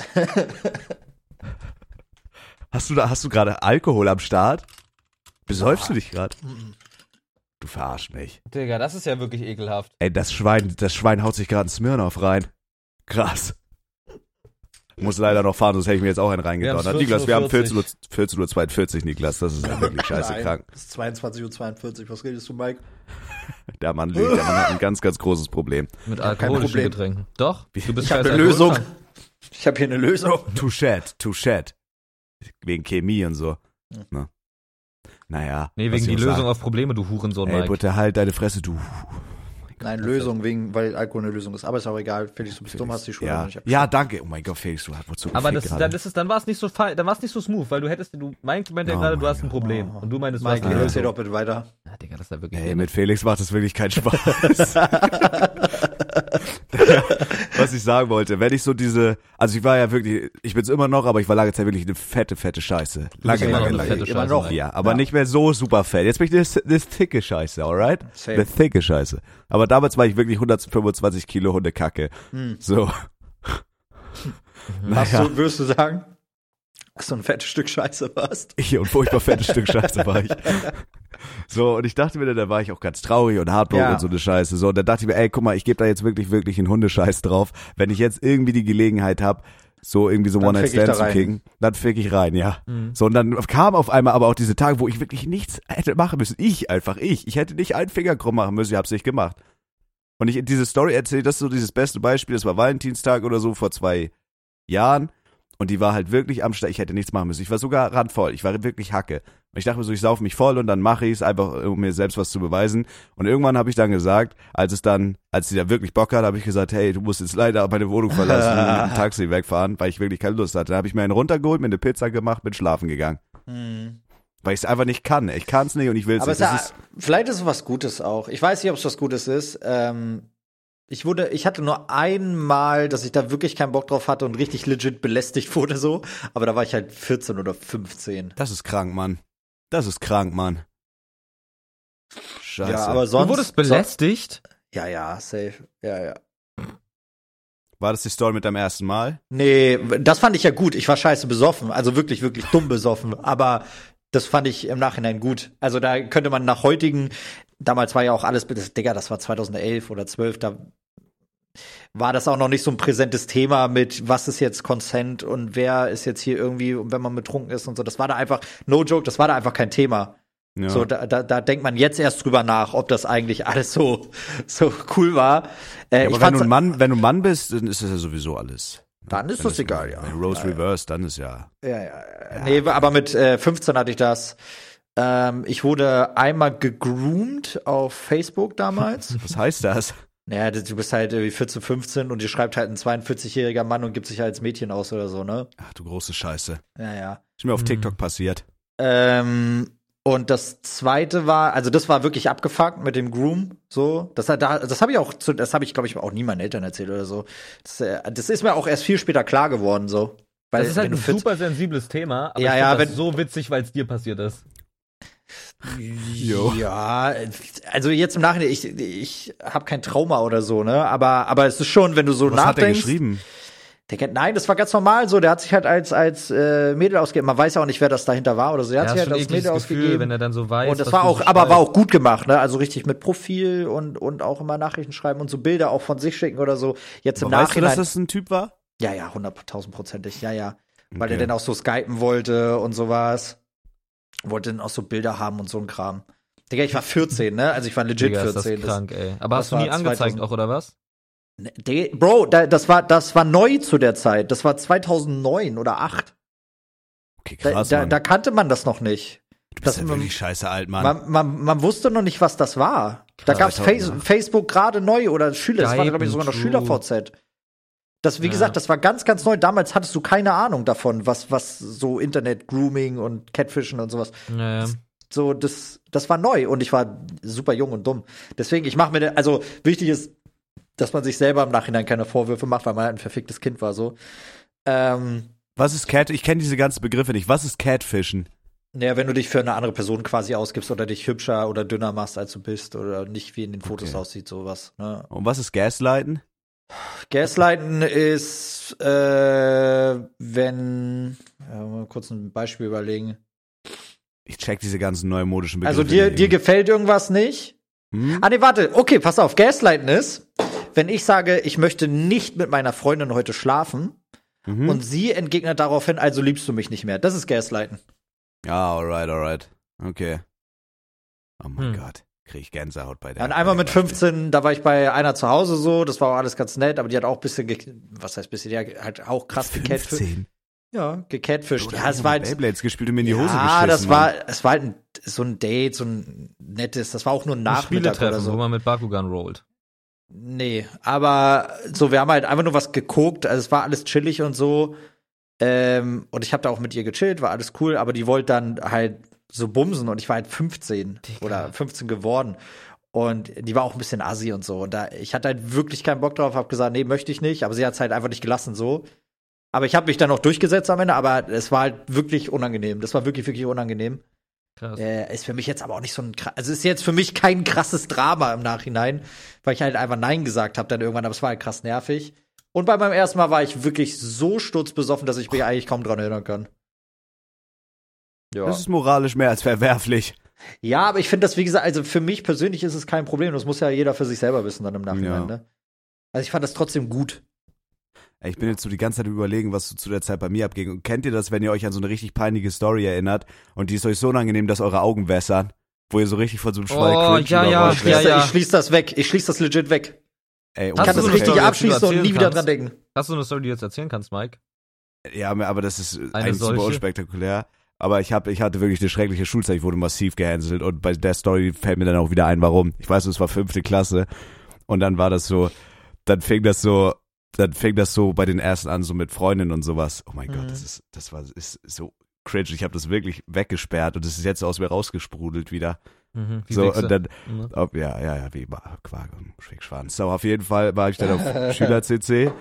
A: hast du da, hast du gerade Alkohol am Start? Besäufst du dich gerade?
C: Mhm.
A: Du verarsch mich.
B: Digga, das ist ja wirklich ekelhaft.
A: Ey, das Schwein, das Schwein haut sich gerade einen Smirnoff rein. Krass. Muss leider noch fahren, sonst hätte ich mir jetzt auch einen reingedonnert.
D: Wir
A: Niklas, wir haben 14
D: 14:42
A: Uhr, 14.42 Uhr, Niklas. Das ist ja
B: *laughs*
A: wirklich scheiße
C: Nein,
A: krank.
C: Es ist 22 und 42. Was redest du, Mike?
A: Der Mann lügt, der Mann hat ein ganz, ganz großes
B: *laughs*
A: Problem.
B: Mit
C: hab kein
B: alkoholischen
C: Problem.
B: Getränken. Doch, du bist
C: Ich habe
B: scheiß
C: eine Lösung.
B: alkoholkrank.
C: Ich habe hier eine Lösung.
A: Touchette, Touchette. Wegen Chemie und so. Ne? Naja.
B: Nee,
A: was
B: wegen die
A: soll ich
B: Lösung
A: sagen?
B: auf Probleme, du Hurensohn,
A: Ey,
B: Mike.
A: Butter, halt deine Fresse, du.
C: *laughs* Nein, Lösung, wegen, weil Alkohol eine Lösung ist. Aber ist auch egal. Felix, du bist dumm, hast die Schule noch
A: ja.
C: nicht ab.
A: ja, danke. Oh mein Gott, Felix, du hast wozu
B: Aber
A: gefickt
B: das, dann,
A: gerade?
B: ist es, dann war es nicht so fein, dann war es nicht so smooth, weil du hättest, du Mike meinte ja
A: Oh
B: gerade, du
A: mein
B: hast ein Problem. Und du meinst, du hast
C: Mike,
B: ein
C: ja.
B: Problem.
C: erzähl doch bitte weiter.
B: Na, Digga, das ist ja wirklich.
A: Ey, mit Felix macht das wirklich keinen *laughs* Spaß. Was ich sagen wollte, wenn ich so diese, also ich war ja wirklich, ich bin's immer noch, aber ich war lange Zeit wirklich eine fette, fette Scheiße. Lange,
B: immer noch
A: lange,
B: eine
A: lange.
B: fette
C: immer
B: Scheiße,
C: noch.
B: Mike.
A: ja, aber nicht mehr so super fett. Jetzt bin ich eine, eine dicke Scheiße, alright?
C: Same.
A: Eine dicke Scheiße. Aber damals war ich wirklich 125 Kilo Hundekacke. So.
C: Hast
A: Naja, *laughs*
C: du, würdest du sagen, dass du ein fettes Stück Scheiße warst?
A: ich und furchtbar fettes Stück Scheiße war ich. So, und ich dachte mir, dann, da war ich auch ganz traurig und heartbroken
C: Ja.
A: und so eine Scheiße. So, und dann dachte ich mir, ey, guck mal, ich gebe da jetzt wirklich, wirklich einen Hundescheiß drauf. Wenn ich jetzt irgendwie die Gelegenheit habe, so irgendwie so
C: Dann fick ich da
A: One-Night-Stand zu
C: rein. Mhm.
A: kriegen, dann fick ich rein, ja. So, und dann kam auf einmal aber auch diese Tage, wo ich wirklich nichts hätte machen müssen. Ich einfach, ich. Ich hätte nicht einen Finger krumm machen müssen, ich hab's nicht gemacht. Und ich diese Story erzähle, das ist so dieses beste Beispiel, das war Valentinstag oder so vor zwei Jahren. Und die war halt wirklich am Start, ich hätte nichts machen müssen. Ich war sogar randvoll, ich war wirklich Hacke. Und ich dachte mir so, ich sauf mich voll und dann mache ich es einfach, um mir selbst was zu beweisen. Und irgendwann habe ich dann gesagt, als es dann, als sie da wirklich Bock hat, habe ich gesagt, hey, du musst jetzt leider meine Wohnung verlassen
C: *laughs*
A: und mit dem Taxi wegfahren, weil ich wirklich keine Lust hatte. Da habe ich mir einen runtergeholt, mir eine Pizza gemacht, bin schlafen gegangen.
C: Hm.
A: Weil ich es einfach nicht kann. Ich kann es nicht und ich will es
C: Aber es
A: nicht.
C: ist ja,
A: Also, Das ist,
C: vielleicht ist es was Gutes auch. Ich weiß nicht, ob es was Gutes ist. Ähm, ich wurde, ich hatte nur einmal, dass ich da wirklich keinen Bock drauf hatte und richtig legit belästigt wurde so. Aber da war ich halt 14 oder 15.
A: das ist krank, Mann. Das ist krank, Mann. Scheiße.
C: Ja, aber sonst.
B: Du wurdest belästigt?
C: So, ja, ja, safe. Ja, ja.
A: War das die Story mit deinem ersten Mal?
C: Nee, das fand ich ja gut. Ich war scheiße besoffen. Also wirklich, wirklich dumm besoffen. Aber das fand ich im Nachhinein gut. Also da könnte man nach heutigen, damals war ja auch alles, das, Digga, das war 2011 oder 12, da war das auch noch nicht so ein präsentes Thema mit, was ist jetzt Consent und wer ist jetzt hier irgendwie, und wenn man betrunken ist und so. Das war da einfach, no joke, das war da einfach kein Thema.
A: Ja.
C: So, da, da, da denkt man jetzt erst drüber nach, ob das eigentlich *laughs* alles so, so cool war. Äh,
A: Ja,
C: ich
A: aber wenn du,
C: fand's,
A: ein Mann, wenn du ein Mann bist, dann ist das ja sowieso alles.
C: dann ist
A: Wenn
C: das egal, ja.
A: Wenn Rose Reverse, dann ist ja.
C: Ja, ja, ja. Nee, aber mit äh, 15 hatte ich das. Ähm, ich wurde einmal gegroomt auf
B: *laughs*
C: Facebook damals.
A: Was heißt das?
C: naja, du du bist halt irgendwie 14, 15 und dir schreibt halt ein 42-jähriger Mann und gibt sich halt als Mädchen aus oder so, ne?
A: Ach du große Scheiße.
C: Ja, ja.
A: Ist mir auf TikTok passiert.
C: Ähm, und das zweite war, also das war wirklich abgefuckt mit dem Groom, so. Das, hat- da- das habe ich auch, zu, das habe ich, glaube ich, auch nie meinen Eltern erzählt oder so. Das, äh, das ist mir auch erst viel später klar geworden, so. Weil
B: Das ist halt
C: wenn
B: ein
C: du 14
B: super sensibles Thema, aber ich
C: Ja,
B: find
C: ja,
B: das
C: wenn-
B: so witzig, weil es dir passiert ist.
A: Jo.
C: Ja, also jetzt im Nachhinein, ich, ich habe kein Trauma oder so, ne? Aber, aber es ist schon, wenn du so
A: Was hat er
C: nachdenkst.
A: geschrieben?
C: Der kennt, nein, das war ganz normal so. Der hat sich halt als, als äh, Mädel ausgegeben. Man weiß ja auch nicht, wer das dahinter war oder so. Der hat
B: Ja,
C: sich
B: ist
C: halt
B: schon
C: als Mädel
B: ekliges Gefühl, wenn
C: ausgegeben.
B: er dann so weiß.
C: und das
B: dass
C: war
B: du
C: auch,
B: so
C: aber war
B: stolz-
C: auch gut gemacht, ne? Also richtig mit Profil und, und auch immer Nachrichten schreiben und so Bilder auch von sich schicken oder so. Jetzt im
A: Aber weißt du,
C: Nachhinein.
A: dass das ein Typ war?
C: ja, ja, hunderttausendprozentig, ja, ja. Weil
A: Okay.
C: er dann auch so skypen wollte und sowas. Wollte dann auch so Bilder haben und so ein Kram. Digga, ich war 14, ne? Also ich war legit
B: Digga, ist
C: 14.
B: das
C: das-
B: krank, ey. Aber
C: das
B: hast du nie
C: war
B: angezeigt
C: 2000
B: auch, oder was?
C: Ne, Digga, Bro, da, das war das war neu zu der Zeit. Das war 2009 oder 8.
A: Okay,
C: Da,
A: krass,
C: da,
A: Mann.
C: da kannte man das noch nicht.
A: du
C: das-
A: bist ja wirklich scheiße alt, Mann.
C: Man, man, man wusste noch nicht, was das war. Da
B: Krass,
C: gab's Face,
A: 2008.
C: Facebook gerade neu oder Schüler. Das war, glaube ich, sogar noch
B: Geiben,
C: Schüler-VZ. Das, wie
B: Ja.
C: gesagt, das war ganz, ganz neu. Damals hattest du keine Ahnung davon, was, was so Internet-Grooming und Catfischen und sowas.
B: Naja.
C: So, das, das war neu und ich war super jung und dumm. Deswegen, ich mache mir, da- also wichtig ist, dass man sich selber im Nachhinein keine Vorwürfe macht, weil man halt ein verficktes Kind war, so. Ähm,
A: Was ist Cat? Ich kenne diese ganzen Begriffe nicht. Was ist Catfischen?
C: naja, wenn du dich für eine andere Person quasi ausgibst oder dich hübscher oder dünner machst, als du bist oder nicht wie in den Fotos
A: Okay.
C: aussieht, sowas. Ne?
A: Und was ist Gaslighten?
C: Gaslighten ist, äh, wenn, ja, mal kurz ein Beispiel überlegen.
A: Ich check diese ganzen neumodischen Begriffe.
C: Also dir,
A: nicht.
C: dir gefällt irgendwas nicht?
A: Hm?
C: Ah, nee, warte. Okay, pass auf. Gaslighten ist, wenn ich sage, ich möchte nicht mit meiner Freundin heute schlafen
A: Mhm.
C: und sie entgegnet daraufhin, also liebst du mich nicht mehr. Das ist Gaslighten.
A: ja, alright, alright. Okay. Oh mein
B: Hm.
A: Gott. Krieg ich Gänsehaut bei der.
C: Dann einmal mit
A: bei der-
C: 15, da war ich bei einer zu Hause so, das war auch alles ganz nett, aber die hat auch ein bisschen, ge was heißt bisschen, die hat halt auch krass gecatfischt.
A: 15.
C: Ja, gecatfished.
A: Oder
C: Ja, es
A: haben
C: war
A: wir
C: halt,
A: Beyblades gespielt und mir in die Hose
C: ja,
A: geschissen.
C: das
A: Mann.
C: war, es war halt ein, so ein Date, so ein nettes, das war auch nur ein
B: Ein
C: Nachmittag
B: Spieletreffen,
C: oder so.
B: wo man mit Bakugan rollt.
C: Nee, aber so, wir haben halt einfach nur was geguckt, also es war alles chillig und so. Ähm, und ich habe da auch mit ihr gechillt, war alles cool, aber die wollte dann halt so bumsen und ich war halt 15 oder 15 geworden. Und die war auch ein bisschen assi und so. Und da, ich hatte halt wirklich keinen Bock drauf, hab gesagt, nee, möchte ich nicht, aber sie hat's halt einfach nicht gelassen so. Aber ich habe mich dann auch durchgesetzt am Ende, aber es war halt wirklich unangenehm. Das war wirklich, wirklich unangenehm.
B: Krass.
C: Äh, ist für mich jetzt aber auch nicht so ein kra- also ist jetzt für mich kein krasses Drama im Nachhinein, weil ich halt einfach Nein gesagt habe dann irgendwann, aber es war halt krass nervig. Und bei meinem ersten Mal war ich wirklich so sturzbesoffen, dass ich mich eigentlich kaum dran erinnern kann. Ja.
A: Das ist moralisch mehr als verwerflich.
C: ja, aber ich finde das, wie gesagt, also für mich persönlich ist es kein Problem. Das muss ja jeder für sich selber wissen dann im Nachhinein,
A: Ja.
C: ne? Also ich fand das trotzdem gut.
A: Ey, Ich bin jetzt so die ganze Zeit am überlegen, was so zu der Zeit bei mir abging. Und kennt ihr das, wenn ihr euch an so eine richtig peinliche Story erinnert und die ist euch so unangenehm, dass eure Augen wässern, wo ihr so richtig von so einem Schwall
B: Oh,
A: cringe
B: ja, ja,
A: überrollt
C: Ich
A: werdet?
B: ja,
C: schließe,
B: ja.
C: ich schließ das weg. Ich schließe das legit weg.
A: Ey,
C: Ich
B: Hast
C: kann
B: du
C: das
B: so eine
A: ohne
C: richtig
B: Story,
A: Scheiß.
B: die du
C: abschließen und nie
B: erzählen
C: wieder
B: kannst?
C: dran denken.
B: Hast du eine Story, die du jetzt erzählen kannst, Mike?
A: Ja, aber das ist äh, eigentlich
B: solche?
A: super unspektakulär. Aber ich, hab, ich hatte wirklich eine schreckliche Schulzeit, ich wurde massiv gehänselt und bei der Story fällt mir dann auch wieder ein, warum. Ich weiß, es war fünfte Klasse und dann war das so, dann fing das so, dann fing das so bei den ersten an, so mit Freundinnen und sowas. Oh mein Gott, das ist, das war, ist so cringe. Ich habe das wirklich weggesperrt und es ist jetzt aus mir rausgesprudelt wieder.
B: Mhm, wie
A: so,
B: Wichser.
C: äh,
A: und dann,
B: Mhm.
A: Oh, ja, ja, ja, wie immer. Quark und Schwickschwanz. Aber auf jeden Fall war ich dann auf Schüler-CC.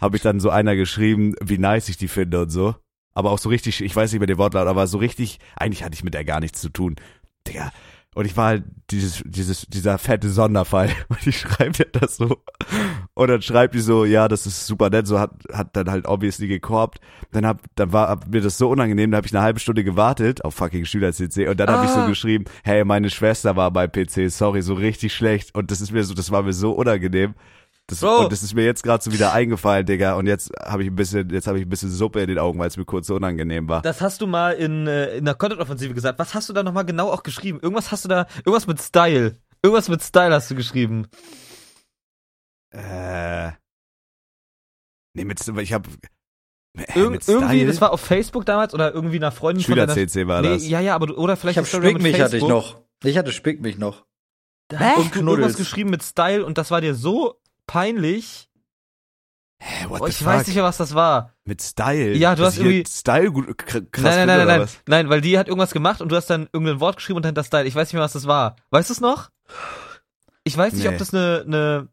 A: Habe ich dann so einer geschrieben, wie nice ich die finde und so. Aber auch so richtig, ich weiß nicht mehr den Wortlaut, aber so richtig, eigentlich hatte ich mit der gar nichts zu tun. Digga. Und ich war halt dieses, dieses, dieser fette Sonderfall. *laughs* Und ich schreibe dir das so. Und dann schreibt die so, ja, das ist super nett, so hat, hat dann halt obviously gekorbt. Dann hab, dann war hab mir das so unangenehm, dann habe ich eine halbe Stunde gewartet auf fucking Schüler-CC und dann hab habe ich so
B: Ah.
A: geschrieben, hey, meine Schwester war bei PC, sorry, so richtig schlecht. Und das ist mir so, das war mir so unangenehm. Das,
B: Bro.
A: Und das ist mir jetzt gerade so wieder eingefallen, Digga. Und jetzt habe ich ein bisschen, jetzt habe ich ein bisschen Suppe in den Augen, weil es mir kurz so unangenehm war.
B: Das hast du mal in, äh, in der Content-Offensive gesagt. Was hast du da nochmal genau auch geschrieben? Irgendwas hast du da, irgendwas mit Style. Irgendwas mit Style hast du geschrieben.
A: äh. Nee, mit, ich äh, habe Äh,
B: Irg irgendwie, das war auf Facebook damals oder irgendwie einer Freundin von deiner-
A: Schüler-CC war
B: Nee,
A: das.
B: ja, ja, aber du, oder vielleicht
C: Ich habe
B: hast du darüber mit
C: Spickmich hatte ich
B: Facebook-
C: noch. Ich hatte Spickmich noch.
B: Da
C: Hä?
B: hast du irgendwas
C: Knuddels.
B: geschrieben mit Style und das war dir so peinlich.
A: Hä, what
B: Oh,
A: the
B: ich weiß
A: fuck?
B: nicht mehr, was das war.
A: Mit Style.
B: Ja, du
A: Dass
B: hast
A: ich hier
B: irgendwie-
A: Style gut, kr- krass
B: nein, nein,
A: finde,
B: nein,
A: oder
B: nein, nein,
A: was?
B: nein, weil die hat irgendwas gemacht und du hast dann irgendein Wort geschrieben und dann das Style. Ich weiß nicht mehr, was das war. Weißt du es noch? Ich weiß nicht,
A: Nee.
B: ob das eine, eine,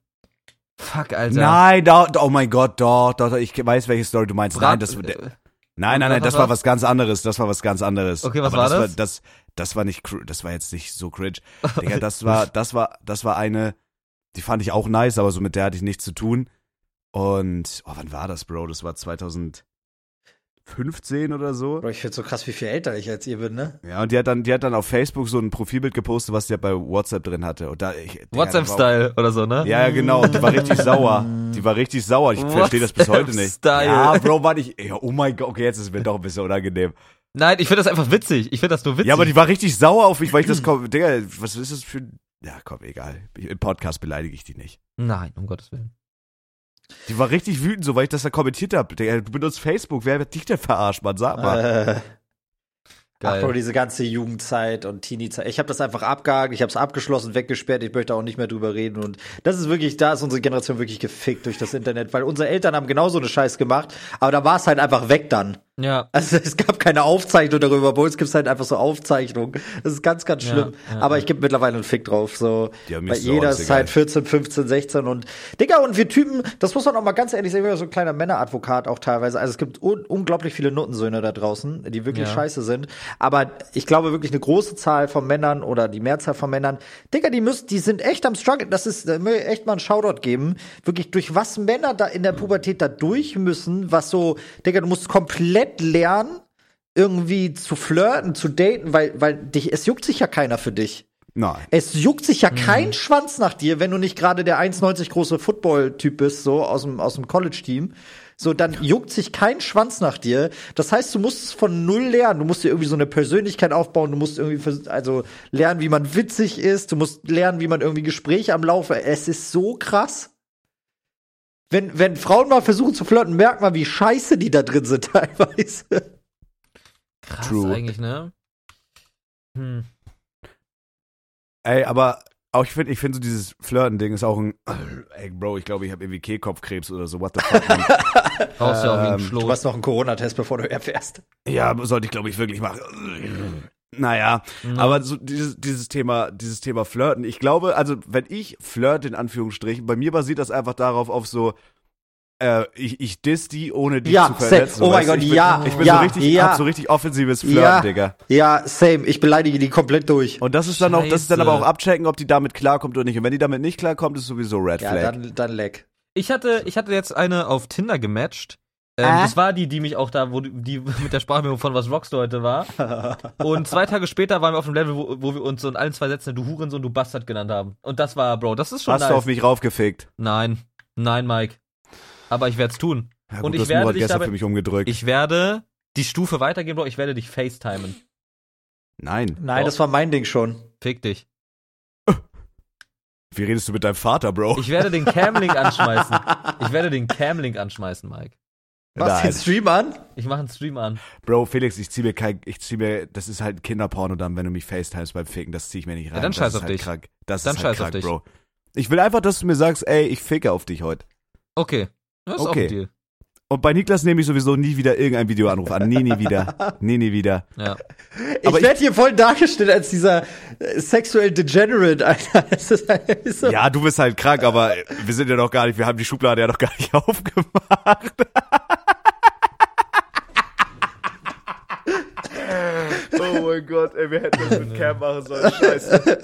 B: fuck, Alter.
A: Nein, da, oh mein Gott, doch, doch, doch, ich weiß, welche Story du meinst.
B: Brat- äh,
A: nein, das, Nein, nein, nein, das war was ganz anderes. Das war was ganz anderes.
B: Okay, was
A: Aber
B: war
A: das? das,
B: das?
A: das war nicht, cr- das war jetzt nicht so cringe. Digga, das war, das war, das war eine, die fand ich auch nice, aber so mit der hatte ich nichts zu tun. Und, oh, wann war das, Bro? Das war 2015 oder so.
C: Bro, ich find's so krass, wie viel älter ich als ihr bin, ne?
A: Ja, und die hat dann, die hat dann auf Facebook so ein Profilbild gepostet, was die halt bei WhatsApp drin hatte. Und da, ich, Digga, da war-
B: WhatsApp-Style oder so, ne?
A: Ja, ja, genau. Die war richtig sauer. Die war richtig sauer. Ich verstehe das bis heute nicht.
B: WhatsApp-Style.
A: Ja, Bro, warte ich. Ja, oh mein Gott, okay, jetzt ist es mir doch ein bisschen unangenehm.
B: Nein, ich finde das einfach witzig. Ich finde das nur witzig.
A: Ja, aber die war richtig sauer auf mich, weil ich das. Kom Digga, was ist das für. Ja, komm, egal. Ich- Im Podcast beleidige ich die nicht.
B: Nein, um Gottes Willen.
A: Die war richtig wütend, so weil ich das da kommentiert hab. Digga, du benutzt Facebook. Wer hat dich denn verarscht, Mann? Sag mal.
C: Äh, Ach,
B: Geil.
C: Bro, diese ganze Jugendzeit und Teenie-Zeit. Ich habe das einfach abgehakt, ich habe es abgeschlossen, weggesperrt, ich möchte auch nicht mehr drüber reden. Und das ist wirklich, da ist unsere Generation wirklich gefickt durch das Internet, weil unsere Eltern haben genauso eine Scheiß gemacht, aber da war es halt einfach weg dann. *laughs*
B: ja.
C: Also es gab keine Aufzeichnung darüber, bei uns gibt's halt einfach so Aufzeichnungen. Das ist ganz, ganz
B: Ja,
C: schlimm.
B: ja,
C: aber
B: ja.
C: ich gebe mittlerweile einen Fick drauf. So.
A: Ja, mir
C: Weil
A: ist so
C: jeder
A: alles
C: ist
A: egal.
C: halt 14, 15, 16 und Digga, und wir Typen, das muss man auch mal ganz ehrlich sagen, ich bin ja so ein kleiner Männeradvokat auch teilweise. Also es gibt un unglaublich viele Nuttensöhne da draußen, die wirklich
B: Ja.
C: scheiße sind. Aber ich glaube wirklich eine große Zahl von Männern oder die Mehrzahl von Männern, Digga, die müssen, die sind echt am Struggle. Das ist, da will ich echt mal einen Shoutout geben. Wirklich, durch was Männer da in der Pubertät da durch müssen, was so, Digga, du musst komplett lernen, irgendwie zu flirten, zu daten, weil, weil dich, es juckt sich ja keiner für dich.
A: Nein.
C: Es juckt sich
A: Mhm.
C: ja kein Schwanz nach dir, wenn du nicht gerade der 1,90 große Football-Typ bist, so aus dem, aus dem College-Team. So, dann juckt sich kein Schwanz nach dir. Das heißt, du musst es von null lernen. Du musst dir irgendwie so eine Persönlichkeit aufbauen. Du musst irgendwie, vers- also lernen, wie man witzig ist. Du musst lernen, wie man irgendwie Gespräche am Laufe. Es ist so krass. Wenn, wenn Frauen mal versuchen zu flirten, merkt man, wie scheiße die da drin sind *laughs* teilweise.
B: Krass
A: True.
B: eigentlich, ne? Hm.
A: Ey, aber auch ich finde, ich finde so dieses Flirten-Ding ist auch ein, ey, Bro, ich glaube, ich habe irgendwie Kehlkopfkrebs oder so, what the fuck. man.
B: Brauchst ja auch wie ein
A: Ähm,
B: Schloss.
C: Du machst noch einen Corona-Test, bevor du erfährst.
A: ja, sollte ich, glaube ich, wirklich machen. Naja,
B: Mhm.
A: aber so dieses, dieses Thema, dieses Thema Flirten, ich glaube, also wenn ich flirte, in Anführungsstrichen, bei mir basiert das einfach darauf auf so, äh, ich, ich diss die, ohne dich
C: Ja,
A: zu
C: safe.
A: verletzen.
C: Oh mein
A: weißt du?
C: Gott,
A: ich bin,
C: ja,
A: Ich bin
C: ja,
A: so richtig,
C: ja.
A: hab so richtig offensives Flirten,
C: Ja.
A: Digga.
C: Ja, same. Ich beleidige die komplett durch.
A: Und das ist dann auch, das ist dann
B: Scheiße.
A: aber auch abchecken, ob die damit klarkommt oder nicht. Und wenn die damit nicht klarkommt, ist sowieso Red
C: ja,
A: Flag.
C: dann, dann leck.
B: Ich hatte, ich hatte jetzt eine auf Tinder gematcht. Ähm,
C: Ah.
B: Das war die, die mich auch da, wo du- die *laughs* mit der Sprachmemo von was rockst du
A: *laughs*
B: heute war. Und zwei Tage später waren wir auf dem Level, wo, wo wir uns so in allen zwei Sätzen du Hurensohn, du Bastard genannt haben. Und das war, Bro, das ist schon
A: Hast
B: nice.
A: du auf mich raufgefickt?
B: Nein, nein, Mike. Aber ich werd's tun.
A: Ja,
B: Und ich
A: das
B: werde
A: Murat
B: dich
A: gestern
B: dabei-
A: für mich umgedrückt.
B: Ich werde die Stufe weitergehen, Bro. Ich werde dich facetimen.
A: Nein.
C: Nein,
B: Doch.
C: das war mein Ding schon.
B: Fick dich.
A: Wie redest du mit deinem Vater, Bro?
B: Ich werde den Camlink anschmeißen. Ich werde den Camlink anschmeißen, Mike.
C: Machst den
A: Nein.
C: Stream an?
B: Ich mache einen Stream an.
A: Bro, Felix, ich zieh mir kein, ich zieh mir, das ist halt ein Kinderporno dann, wenn du mich facetimes beim Ficken, das zieh ich mir nicht rein.
B: dann
A: das
B: scheiß
A: ist
B: auf
A: halt
B: dich.
A: Krank. Das
B: Dann
A: ist
B: scheiß
A: halt
B: auf
A: krank,
B: dich.
A: Bro. Ich will einfach, dass du mir sagst, ey, ich ficke auf dich heute.
B: Okay. Das ist
A: Okay.
B: auch ein Deal.
A: Und bei Niklas nehme ich sowieso nie wieder irgendein Videoanruf an. Nie, nie
B: *laughs*
A: wieder. Nie, nie wieder.
B: Ja.
A: Aber
C: ich
A: ich-
C: werde hier voll dargestellt als dieser äh, sexual degenerate, Alter. *laughs* Das ist halt so.
A: Ja, du bist halt krank, aber wir sind ja noch gar nicht, wir haben die Schublade ja noch gar nicht *laughs* aufgemacht. Oh mein Gott, ey, wir hätten das mit Cam machen sollen, scheiße.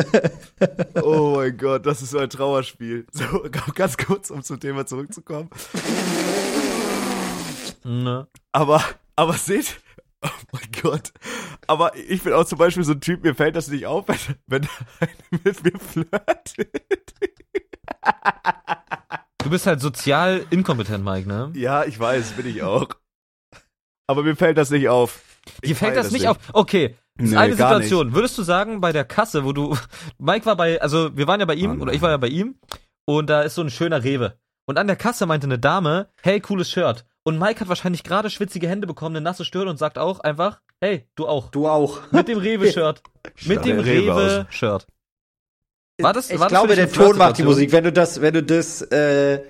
A: Oh mein Gott, das ist so ein Trauerspiel. So, ganz kurz, um zum Thema zurückzukommen.
B: Ne.
A: Aber, aber seht, oh mein Gott. Aber ich bin auch zum Beispiel so ein Typ, mir fällt das nicht auf, wenn, wenn einer mit mir flirtet.
B: Du bist halt sozial inkompetent, Mike, ne?
A: Ja, ich weiß, bin ich auch. Aber mir fällt das nicht auf. Ich
B: Dir fällt
A: feier
B: das nicht auf. Okay. Das ist
A: Nee,
B: eine
A: gar
B: Situation. Würdest du sagen, bei der Kasse, wo du. Mike war bei, also wir waren ja bei ihm
A: Mann,
B: oder ich war ja bei ihm und da ist so ein schöner Rewe. Und an der Kasse meinte eine Dame, hey, cooles Shirt. Und Mike hat wahrscheinlich gerade schwitzige Hände bekommen, eine nasse Stirn und sagt auch einfach, hey, du auch.
C: Du auch.
B: Mit
A: *laughs*
B: dem Rewe-Shirt. Mit dem
A: Rewe aus.
B: Rewe-Shirt. War das,
C: Ich
B: war das für
C: glaube,
B: dich
C: der
B: eine
C: Ton macht die
B: Flirtsituation?
C: Musik. Wenn du das, wenn du das äh,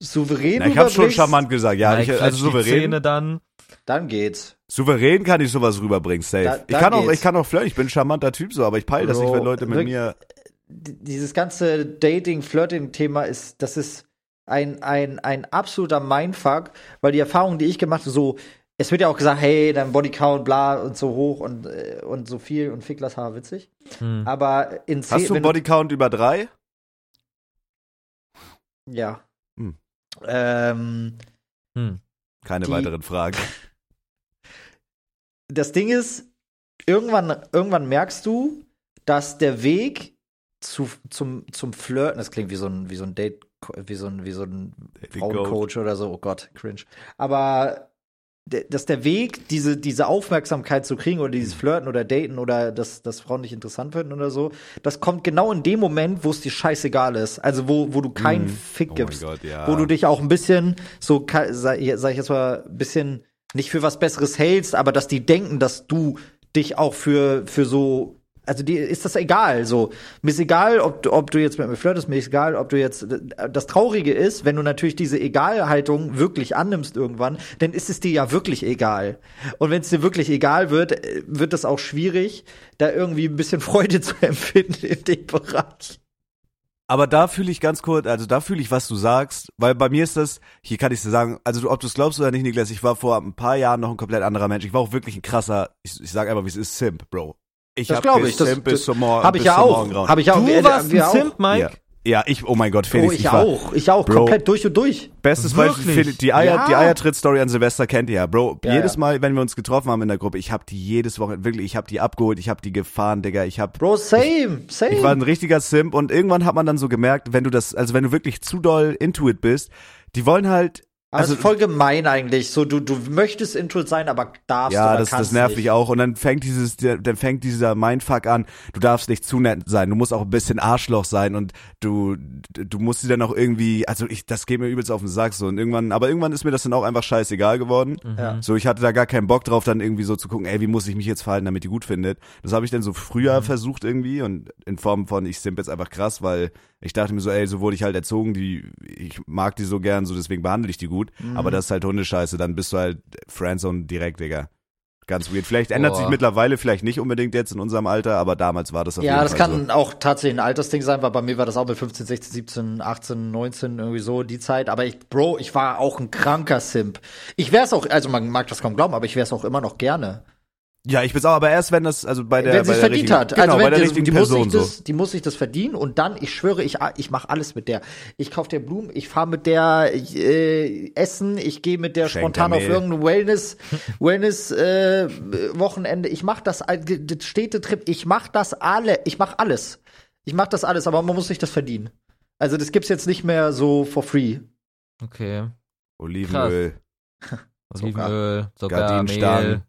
C: souverän
A: Na, ich habe schon
C: rüberbringst,
A: charmant gesagt. Ja,
B: Mike
A: ich,
B: fletscht
A: also
B: die Zähne
A: souverän,
B: dann. Hm.
C: dann geht's.
A: souverän kann ich sowas rüberbringen, safe.
C: Da-
A: ich
C: da
A: kann auch,
C: geht's.
A: ich kann auch flirten. Ich bin ein charmanter Typ so, aber ich peile das
C: Bro,
A: nicht, wenn Leute mit
C: wirklich-
A: mir.
C: D- Dieses ganze Dating-Flirting-Thema ist, das ist ein, ein, ein absoluter Mindfuck, weil die Erfahrung, die ich gemacht habe, so, es wird ja auch gesagt, hey, dein Bodycount, bla und so hoch und, äh, und so viel und Ficklers Haar, witzig.
B: Hm.
C: Aber in zehn,
A: Hast du
C: wenn
A: einen Bodycount über drei?
C: Ja.
A: Hm.
C: Ähm,
B: Hm.
A: Keine
C: Die-
A: weiteren Fragen.
C: das Ding ist, irgendwann, irgendwann merkst du, dass der Weg zu, zum, zum Flirten, das klingt wie so ein, wie so ein Date, wie so ein, wie so ein Frauencoach oder so, oh Gott, cringe. Aber de- dass der Weg, diese, diese Aufmerksamkeit zu kriegen oder
A: Hm.
C: dieses Flirten oder Daten oder dass, dass Frauen dich interessant finden oder so, das kommt genau in dem Moment, wo es dir scheißegal ist. Also wo, wo du keinen Fick
A: Oh mein
C: gibst.
A: Gott, ja.
C: Wo du dich auch ein bisschen, so ka- sag ich sag ich jetzt mal, ein bisschen nicht für was Besseres hältst, aber dass die denken, dass du dich auch für, für so. Also dir ist das egal, so. Mir ist egal, ob, du- ob du jetzt mit mir flirtest, mir ist egal, ob du jetzt. Das Traurige ist, wenn du natürlich diese Egalhaltung wirklich annimmst irgendwann, dann ist es dir ja wirklich egal. Und wenn es dir wirklich egal wird, äh, wird das auch schwierig, da irgendwie ein bisschen Freude *laughs* zu empfinden in dem Bereich.
A: Aber da fühle ich ganz kurz, also da fühle ich, was du sagst, weil bei mir ist das, hier kann ich dir sagen, also du, ob du es glaubst oder nicht, Niklas, ich war vor ein paar Jahren noch ein komplett anderer Mensch. Ich war auch wirklich ein krasser, ich, ich sage einfach, wie es ist, Simp, Bro. Ich
C: Das
A: hab
C: glaube ich, das-
A: gesimpt bis
C: das
A: zum Morgen.
C: hab ich
A: bis
C: ja
A: zum
C: auch.
A: Morgengrauen.
C: Hab ich ja auch.
B: Du
C: Wir-
B: warst
C: wir
B: ein
C: auch.
B: Simp, Mike.
A: Ja. Ja, ich, oh mein Gott, Felix,
C: oh, ich,
A: war,
C: auch, ich auch,
A: Bro.
C: komplett durch und durch.
A: Bestes
B: Wirklich?
A: Beispiel, Felix- die Eier,
C: Ja.
A: die Eiertritt-Story an Silvester kennt ihr ja, Bro.
C: Ja,
A: jedes
C: ja.
A: Mal, wenn wir uns getroffen haben in der Gruppe, ich hab die jedes Wochenende, wirklich, ich hab die abgeholt, ich hab die gefahren, Digga, ich hab,
C: Bro, same, same.
A: ich war ein richtiger Simp und irgendwann hat man dann so gemerkt, wenn du das, also wenn du wirklich zu doll into it bist, die wollen halt,
C: aber also,
A: also,
C: das ist voll gemein eigentlich. So, du, du möchtest Intro sein, aber darfst
A: ja,
C: oder
A: das,
C: kannst
A: das nervt
C: nicht.
A: mich auch und dann fängt dieses, der- dann fängt dieser Mindfuck an, du darfst nicht zu nett sein, du musst auch ein bisschen Arschloch sein und du, du musst sie dann auch irgendwie, also ich, das geht mir übelst auf den Sack so und irgendwann, aber irgendwann ist mir das dann auch einfach scheißegal geworden.
C: Ja.
A: Mhm. So, ich hatte da gar keinen Bock drauf, dann irgendwie so zu gucken, ey, wie muss ich mich jetzt verhalten, damit die gut findet. Das habe ich dann so früher
C: Mhm.
A: versucht irgendwie und in Form von, ich simp jetzt einfach krass, weil ich dachte mir so, ey, so wurde ich halt erzogen, die, ich mag die so gern, so deswegen behandle ich die gut.
C: Mhm.
A: Aber das ist halt Hundescheiße, dann bist du halt Friendzone direkt, Digga. Ganz weird. Vielleicht ändert
B: Boah.
A: sich mittlerweile, vielleicht nicht unbedingt jetzt in unserem Alter, aber damals war das auf
C: Ja,
A: jeden
C: das
A: Fall
C: kann
A: so.
C: auch tatsächlich ein Altersding sein, weil bei mir war das auch mit 15, 16, 17, 18, 19 irgendwie so die Zeit. Aber ich, Bro, ich war auch ein kranker Simp. Ich wär's auch, also man mag das kaum glauben, aber ich wär's auch immer noch gerne.
A: Ja, ich bin's auch, aber erst wenn das, also bei der,
C: wenn
A: bei
C: sie's
A: der
C: verdient
A: richtigen,
C: hat.
A: Genau,
C: also wenn
A: bei der
C: die-
A: richtigen
C: die,
A: Person
C: muss sich
A: so.
C: das, die muss sich das verdienen und dann, ich schwöre, ich, ich mache alles mit der. Ich kauf der Blumen, ich fahre mit der äh, Essen, ich gehe mit der
A: Schenk
C: spontan
A: der
C: auf
A: Mehl.
C: irgendein Wellness, Wellness äh, Wochenende. Ich mache das, all- das Städtetrip, ich mache das alle, ich mache alles. Ich mache das alles, aber man muss sich das verdienen. Also das gibt's jetzt nicht mehr so for free.
B: Okay.
A: Olivenöl,
B: Olivenöl, Zucker, Mehl,
A: Gardinenstangen,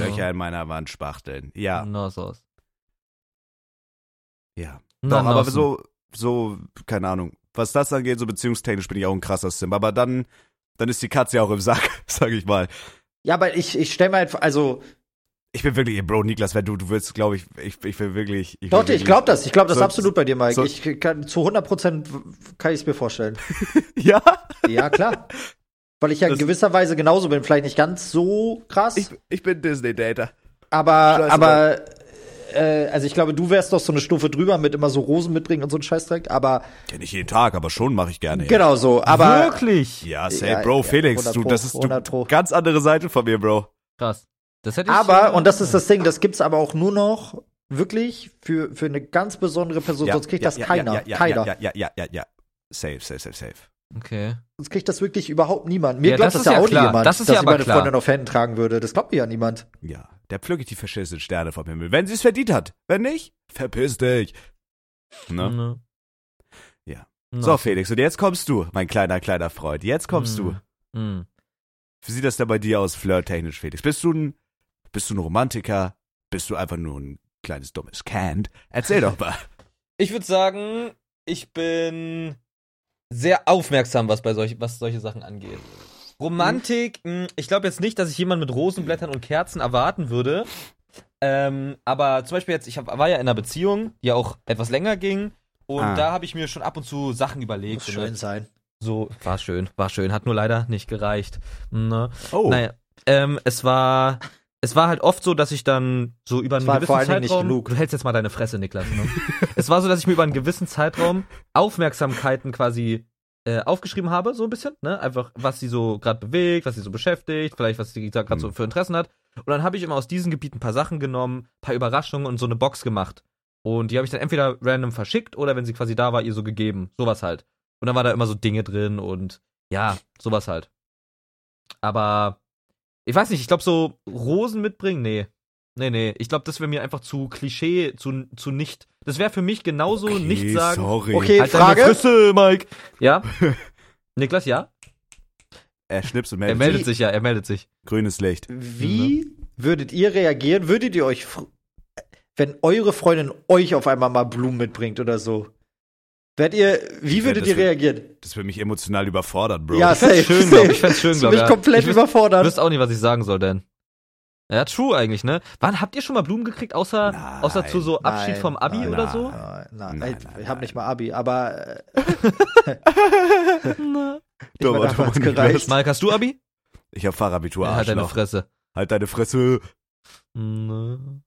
A: Löcher in meiner Wand spachteln. Ja,
C: Mhm.
B: No Sauce.
A: ja.
B: Na,
A: Doch, aber
B: Nossen.
A: so, so, keine Ahnung. Was das angeht, so beziehungstechnisch bin ich auch ein krasser Simp. Aber dann, dann ist die Katze ja auch im Sack, *laughs* sag ich mal.
C: Ja, aber ich, ich stell mir halt, also,
A: Ich bin wirklich, Bro, Niklas, wenn du, du willst, glaube ich, ich, ich bin wirklich. Ich
C: Leute,
A: bin
C: ich glaube das, ich glaube das
A: So-
C: absolut bei dir, Mike.
A: so-
C: ich kann, zu 100 Prozent kann ich es mir vorstellen.
A: *laughs* Ja?
C: Ja, klar. Weil ich ja in
A: Das-
C: gewisser Weise genauso bin. Vielleicht nicht ganz so krass,
A: Ich, ich bin Disney-Data.
C: aber,
A: Scheiße,
C: aber äh, also ich glaube, du wärst doch so eine Stufe drüber mit immer so Rosen mitbringen und so ein Scheißdreck. Aber
A: Ja, nicht jeden Tag, aber schon mache ich gerne. ja.
C: genau so. Aber
B: Wirklich?
A: Ja, say,
C: Ja,
A: Bro,
C: ja,
A: Felix,
C: 100
A: du,
C: Pro,
A: das ist du,
C: 100 Pro.
A: ganz andere Seite von mir, Bro.
B: Krass. Das hätte ich äh,
C: aber, und das ist das Ding, das gibt's aber auch nur noch wirklich für, für eine ganz besondere Person. sonst kriegt das keiner.
A: Ja, ja,
C: keiner.
A: Ja, ja, ja, ja, ja. Safe, safe, safe, safe.
B: Okay.
C: Sonst kriegt das wirklich überhaupt niemand. Mir
B: Ja,
C: glaubt
B: das
C: das,
B: ist ja
C: ja auch
B: klar.
C: niemand,
B: Das ist ja
C: dass ich
B: aber
C: meine
B: klar.
C: Freundin auf Händen tragen würde. Das glaubt mir ja niemand.
A: Ja. Der pflückt die verschissenen Sterne vom Himmel. Wenn sie es verdient hat. Wenn nicht, verpiss dich. Ne?
B: Ne.
A: Ja.
B: Ne.
A: So, Felix, und jetzt kommst du, mein kleiner, kleiner Freund. Jetzt kommst du.
B: Hm. Hm.
A: Wie sieht das denn bei dir aus, flirttechnisch, Felix? Bist du ein, bist du ein Romantiker? Bist du einfach nur ein kleines dummes Cant? Erzähl doch mal.
B: Ich würde sagen, ich bin sehr aufmerksam, was bei solch, was solche Sachen angeht. Romantik, mh, ich glaube jetzt nicht, dass ich jemanden mit Rosenblättern und Kerzen erwarten würde. Ähm, aber zum Beispiel jetzt, ich hab, war ja in einer Beziehung, die auch etwas länger ging. Und
A: Ah.
B: da habe ich mir schon ab und zu Sachen überlegt.
C: Muss
B: so,
C: schön
A: halt
B: ne?
C: sein.
B: So, war schön, war schön. Hat nur leider nicht gereicht. Ne?
A: Oh,
B: Naja, ähm, es war, es war halt oft so, dass ich dann so über einen
C: war
B: gewissen
C: vor allen Dingen nicht
B: Zeitraum.
C: genug.
B: Du hältst jetzt mal deine Fresse, Niklas. Ne? *laughs* es war so, dass ich mir über einen gewissen Zeitraum Aufmerksamkeiten quasi äh, aufgeschrieben habe, so ein bisschen, ne? Einfach, was sie so gerade bewegt, was sie so beschäftigt, vielleicht was sie gerade
C: Mhm.
B: so für Interessen hat. Und dann habe ich immer aus diesen Gebieten ein paar Sachen genommen, ein paar Überraschungen und so eine Box gemacht. Und die habe ich dann entweder random verschickt oder wenn sie quasi da war, ihr so gegeben. Sowas halt. Und dann war da immer so Dinge drin und ja, sowas halt. Aber ich weiß nicht, ich glaube so Rosen mitbringen, nee. Nee, nee, ich glaube, das wäre mir einfach zu Klischee, zu, zu nicht. Das wäre für mich genauso
A: okay,
B: nicht sagen.
A: Sorry.
C: Okay,
B: Halt deine
C: Frage.
B: Fresse, Mike. Ja? Niklas, ja?
A: Er schnippst und
B: Er
A: meldet,
B: meldet
A: sich.
B: sich, ja, er meldet sich.
A: Grünes Licht.
C: Wie würdet ihr reagieren? Würdet ihr euch, fr- wenn eure Freundin euch auf einmal mal Blumen mitbringt oder so? Werdet ihr, wie
A: werd
C: würdet
A: das
C: ihr
A: mit-
C: reagieren?
A: Das würde mich emotional überfordern, Bro.
C: Ja,
B: Ich fänd's
C: Safe,
B: schön,
C: safe.
B: glaub ich. Ich fänd's schön,
C: Das
B: glaub
C: bin
B: ja.
C: ich komplett
B: Ich wüs- Du
C: überfordert.
B: wüsst auch nicht, was ich sagen soll, denn. Ja, true eigentlich, ne? Wann habt ihr schon mal Blumen gekriegt, außer,
A: Nein,
B: außer zu so Abschied
C: nein,
B: vom Abi
A: nein,
B: oder
A: nein.
B: so?
C: Nein, Ah, nein,
A: Nein,
C: ich,
A: nein,
C: ich habe
A: nein.
C: nicht mal Abi, aber äh,
B: *laughs*
C: *laughs*
B: Na.
C: nicht mal
A: Dummer,
C: dafür hat's
A: dummer
C: gereicht.
B: Mike, hast du Abi?
A: Ich hab Fachabitur,
B: Ja, halt deine
A: Arschloch.
B: Fresse.
A: Halt deine Fresse.
B: Ne.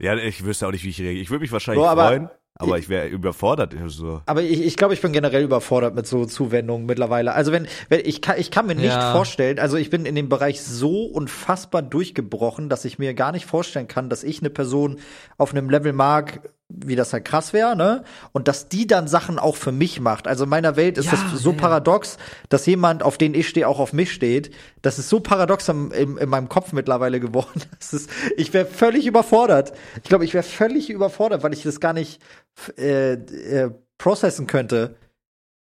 A: Ja, ich wüsste auch nicht, wie ich reagiere. Ich würde mich wahrscheinlich
C: Bro, aber-
A: freuen, aber ich wäre überfordert. So.
C: Aber ich, ich glaube, ich bin generell überfordert mit so Zuwendungen mittlerweile. Also wenn, wenn ich kann, ich kann mir nicht
B: Ja.
C: vorstellen, also ich bin in dem Bereich so unfassbar durchgebrochen, dass ich mir gar nicht vorstellen kann, dass ich eine Person auf einem Level mag, wie das halt krass wäre, ne? Und dass die dann Sachen auch für mich macht. Also in meiner Welt ist
B: Ja,
C: das so
B: ja, ja.
C: paradox, dass jemand, auf den ich stehe, auch auf mich steht. Das ist so paradox im, im, in meinem Kopf mittlerweile geworden. *laughs* Das ist, ich wäre völlig überfordert. Ich glaube, ich wäre völlig überfordert, weil ich das gar nicht f- äh, äh, processen könnte,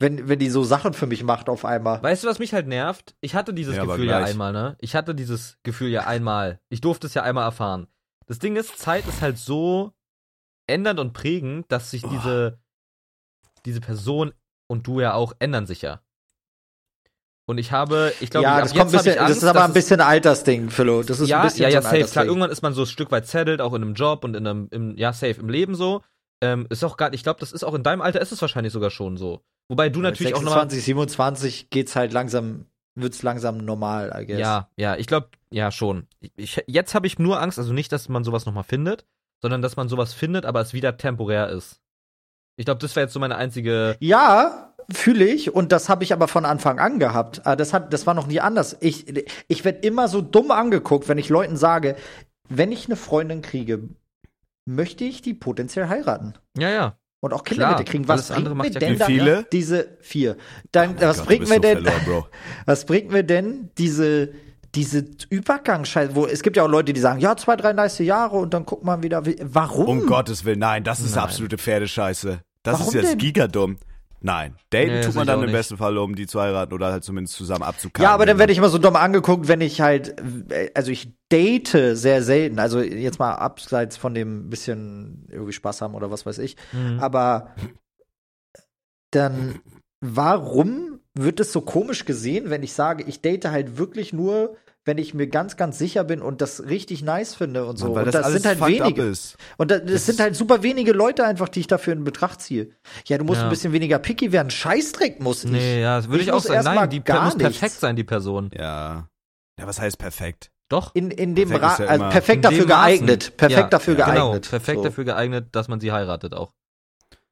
C: wenn, wenn die so Sachen für mich macht auf einmal.
B: Weißt du, was mich halt nervt? Ich hatte dieses
A: Ja, aber
B: Gefühl ja
A: gleich.
B: einmal, ne? Ich hatte dieses Gefühl ja einmal. Ich durfte es ja einmal erfahren. Das Ding ist, Zeit ist halt so ändernd und prägend, dass sich diese, diese Person und du ja auch ändern sich ja. Und ich habe, ich glaube,
C: ja,
B: ab
C: das
B: jetzt
C: kommt ein bisschen,
B: habe ich Angst,
C: das ist aber
B: dass
C: ein bisschen Altersding, Philo. Das ist
B: ja,
C: ein bisschen
B: ja, ja,
C: so
B: safe.
C: ein
B: Klar,
C: Altersding.
B: irgendwann ist man so ein Stück weit zettelt, auch in einem Job und in einem, im, ja, safe, im Leben so. Ähm, ist auch gar, ich glaube, das ist auch in deinem Alter ist es wahrscheinlich sogar schon so. Wobei du
C: Mit
B: natürlich auch nochmal
C: 26, 27 geht's halt langsam, wird's langsam normal, I guess.
B: Ja, ja, ich glaube, ja, schon. Ich, ich, jetzt habe ich nur Angst, also nicht, dass man sowas nochmal findet, sondern dass man sowas findet, aber es wieder temporär ist. Ich glaube, das wäre jetzt so meine einzige.
C: Ja, fühle ich und das habe ich aber von Anfang an gehabt. Ah, Das hat das war noch nie anders. Ich ich werde immer so dumm angeguckt, wenn ich Leuten sage, wenn ich eine Freundin kriege, möchte ich die potenziell heiraten.
B: Ja, ja.
C: Und auch Kinder
B: Klar,
C: mit dir kriegen. Was
B: alles andere
C: bringt mir
B: macht ja
A: keinen
C: denn dann
A: Sinn. Wie viele? Oh
C: diese vier? Dann, was
A: Gott, du
C: bringt
A: bist
C: mir
A: so
C: denn
A: verloren, Bro.
C: Was bringt mir denn diese, diese Übergangsscheiße, wo es gibt ja auch Leute, die sagen, ja, zwei, drei nice Jahre und dann guck mal wieder, wie- warum?
A: Um Gottes Willen, nein, das ist
B: Nein.
A: absolute Pferdescheiße. Das
C: Oh. Warum
A: ist jetzt
C: denn?
A: gigadumm. Nein, daten
B: Nee,
A: tut
B: sehe
A: man
B: ich
A: dann
B: auch
A: im
B: nicht.
A: besten Fall, um die zu heiraten oder halt zumindest zusammen abzukarten.
C: ja, aber dann werde ich immer so dumm angeguckt, wenn ich halt, äh, also ich date sehr selten, also jetzt mal abseits von dem bisschen irgendwie Spaß haben oder was weiß ich,
B: Mhm.
C: aber dann warum wird es so komisch gesehen, wenn ich sage, ich date halt wirklich nur, wenn ich mir ganz, ganz sicher bin und das richtig nice finde und so.
A: Mann, weil
C: und
A: das, alles
C: sind halt
A: fucked
C: wenige.
A: Up ist.
C: Und da, das, sind halt super wenige Leute einfach, die ich dafür in Betracht ziehe. Ja, du musst
B: Ja.
C: ein bisschen weniger picky werden. Scheißdreck muss ich.
B: Nee, ja, das würde ich,
C: Ich
B: auch
C: muss
B: sagen.
C: erst mal
B: Nein, die per-
C: gar
B: muss perfekt
C: nichts.
B: sein, die Person.
A: Ja. Ja, was heißt perfekt?
B: Doch.
C: In, in dem
A: Perfekt ist
C: Ra
A: ja
C: also
A: immer-
C: perfekt
B: In
C: dafür
B: dem Maßen.
C: geeignet. Perfekt
B: Ja,
C: dafür
A: ja.
B: Genau,
C: geeignet.
B: perfekt
C: So.
B: dafür geeignet, dass man sie heiratet auch.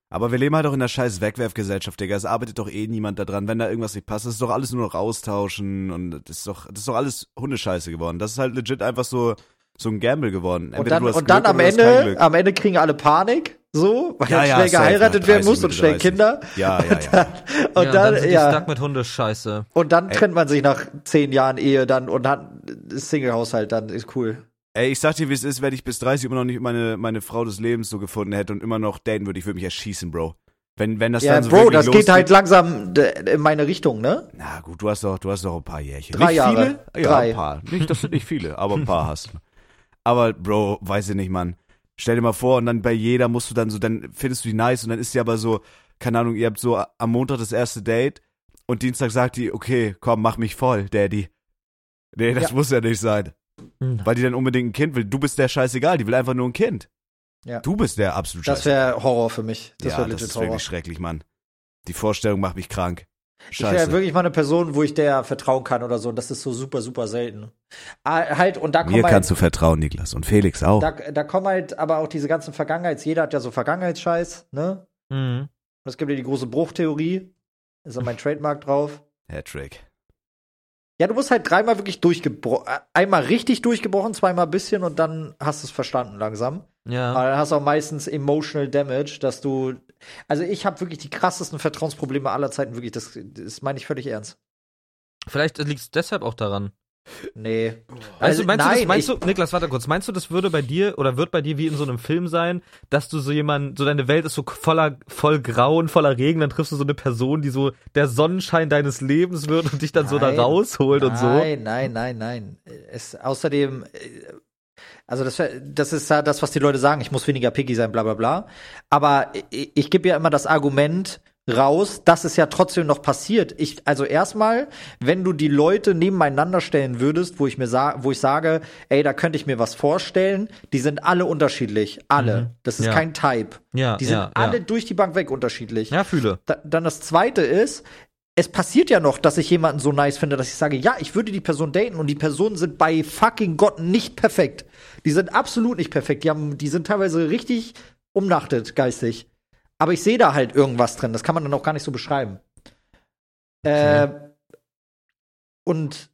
A: Aber wir leben halt doch in der scheiß Wegwerfgesellschaft, Digga. Es arbeitet doch eh niemand daran. Wenn da irgendwas nicht passt, das ist doch alles nur noch austauschen und das ist doch, das ist doch alles Hundescheiße geworden. Das ist halt legit einfach so, so ein Gamble geworden.
C: Und
A: Entweder
C: dann,
A: du hast
C: und dann
A: Glück
C: am
A: oder du hast kein
C: Ende,
A: Glück.
C: am Ende kriegen alle Panik, so, weil
A: Ja,
C: dann
A: ja,
C: schnell
A: safe,
C: geheiratet
A: nach
C: werden
A: 30
C: muss und
A: Minuten
C: schnell
A: 30.
C: Kinder.
A: Ja, ja, ja.
C: *laughs* Und
B: ja,
C: dann,
B: dann sind die
C: ja,
B: stuck mit Hundescheiße.
C: und dann
A: Ey.
C: trennt man sich nach zehn Jahren Ehe dann und hat Single-Haushalt, dann ist cool.
A: Ey, ich sag dir, wie es ist, wenn ich bis 30 immer noch nicht meine, meine Frau des Lebens so gefunden hätte und immer noch daten würde, ich würde mich erschießen, Bro. Wenn, wenn das
C: Ja,
A: dann so
C: Bro,
A: wirklich
C: das geht
A: losgeht-
C: halt langsam d- in meine Richtung, ne?
A: Na gut, du hast doch, du hast doch ein paar Jährchen.
C: Drei
A: nicht
C: Jahre.
A: Viele? Ja,
C: Drei.
A: ein paar. Nicht, das sind nicht viele, aber ein paar hast du. Aber Bro, weiß ich nicht, Mann. Stell dir mal vor, und dann bei jeder musst du dann so, dann findest du die nice und dann ist sie aber so, keine Ahnung, ihr habt so am Montag das erste Date und Dienstag sagt die, okay, komm, mach mich voll, Daddy. Nee, das
C: Ja. Hm.
A: muss ja nicht sein.
B: Nein.
A: Weil die dann unbedingt ein Kind will. Du bist der scheißegal, die will einfach nur ein Kind.
C: Ja.
A: Du bist der absolut
C: Das
A: scheißegal.
C: wäre Horror für mich. Das
A: ja,
C: wäre
A: das
C: legit
A: ist
C: Horror.
A: wirklich schrecklich, Mann. Die Vorstellung macht mich krank.
C: Ich
A: Scheiße.
C: wäre wirklich mal eine Person, wo ich der vertrauen kann oder so. Das ist so super, super selten. Ah, halt, und da kommen
A: Mir kannst
C: halt,
A: du vertrauen, Niklas. Und Felix auch.
C: da, da kommen halt aber auch diese ganzen Vergangenheits-, jeder hat ja so Vergangenheitsscheiß, ne?
B: Mhm.
C: Und es gibt ja die große Bruchtheorie. Ist ja mein Trademark drauf.
A: Hattrick.
C: Ja, du musst halt dreimal wirklich durchgebrochen, einmal richtig durchgebrochen, zweimal bisschen und dann hast du es verstanden langsam.
B: Ja.
C: Aber dann hast du auch meistens emotional damage, dass du. Also ich habe wirklich die krassesten Vertrauensprobleme aller Zeiten, wirklich. Das, das meine ich völlig ernst.
B: Vielleicht liegt es deshalb auch daran.
C: Nee.
B: Also, meinst du, das,
C: nein,
B: meinst
C: ich-
B: du, Niklas, warte kurz, meinst du, das würde bei dir oder wird bei dir wie in so einem Film sein, dass du so jemand, so deine Welt ist so voller, voll grau und voller Regen, dann triffst du so eine Person, die so der Sonnenschein deines Lebens wird und dich dann so da
C: Nein.
B: rausholt und so?
C: Nein, nein, nein, nein. Es, außerdem, äh, also das, wär- das ist ja das, was die Leute sagen, ich muss weniger picky sein, bla bla bla. Aber ich, ich gebe ja immer das Argument raus, dass es ja trotzdem noch passiert. Ich, also erstmal, wenn du die Leute nebeneinander stellen würdest, wo ich mir sa wo ich sage, ey, da könnte ich mir was vorstellen, die sind alle unterschiedlich. Alle.
B: Mhm.
C: Das ist
B: Ja.
C: kein Type.
B: Ja,
C: Die sind
B: ja,
C: alle
B: ja.
C: durch die Bank weg unterschiedlich.
B: Ja, fühle.
C: Da, dann das zweite ist, es passiert ja noch, dass ich jemanden so nice finde, dass ich sage, ja, ich würde die Person daten und die Personen sind bei fucking Gott nicht perfekt. Die sind absolut nicht perfekt. Die, haben, die sind teilweise richtig umnachtet geistig. Aber ich sehe da halt irgendwas drin. Das kann man dann auch gar nicht so beschreiben. Äh, und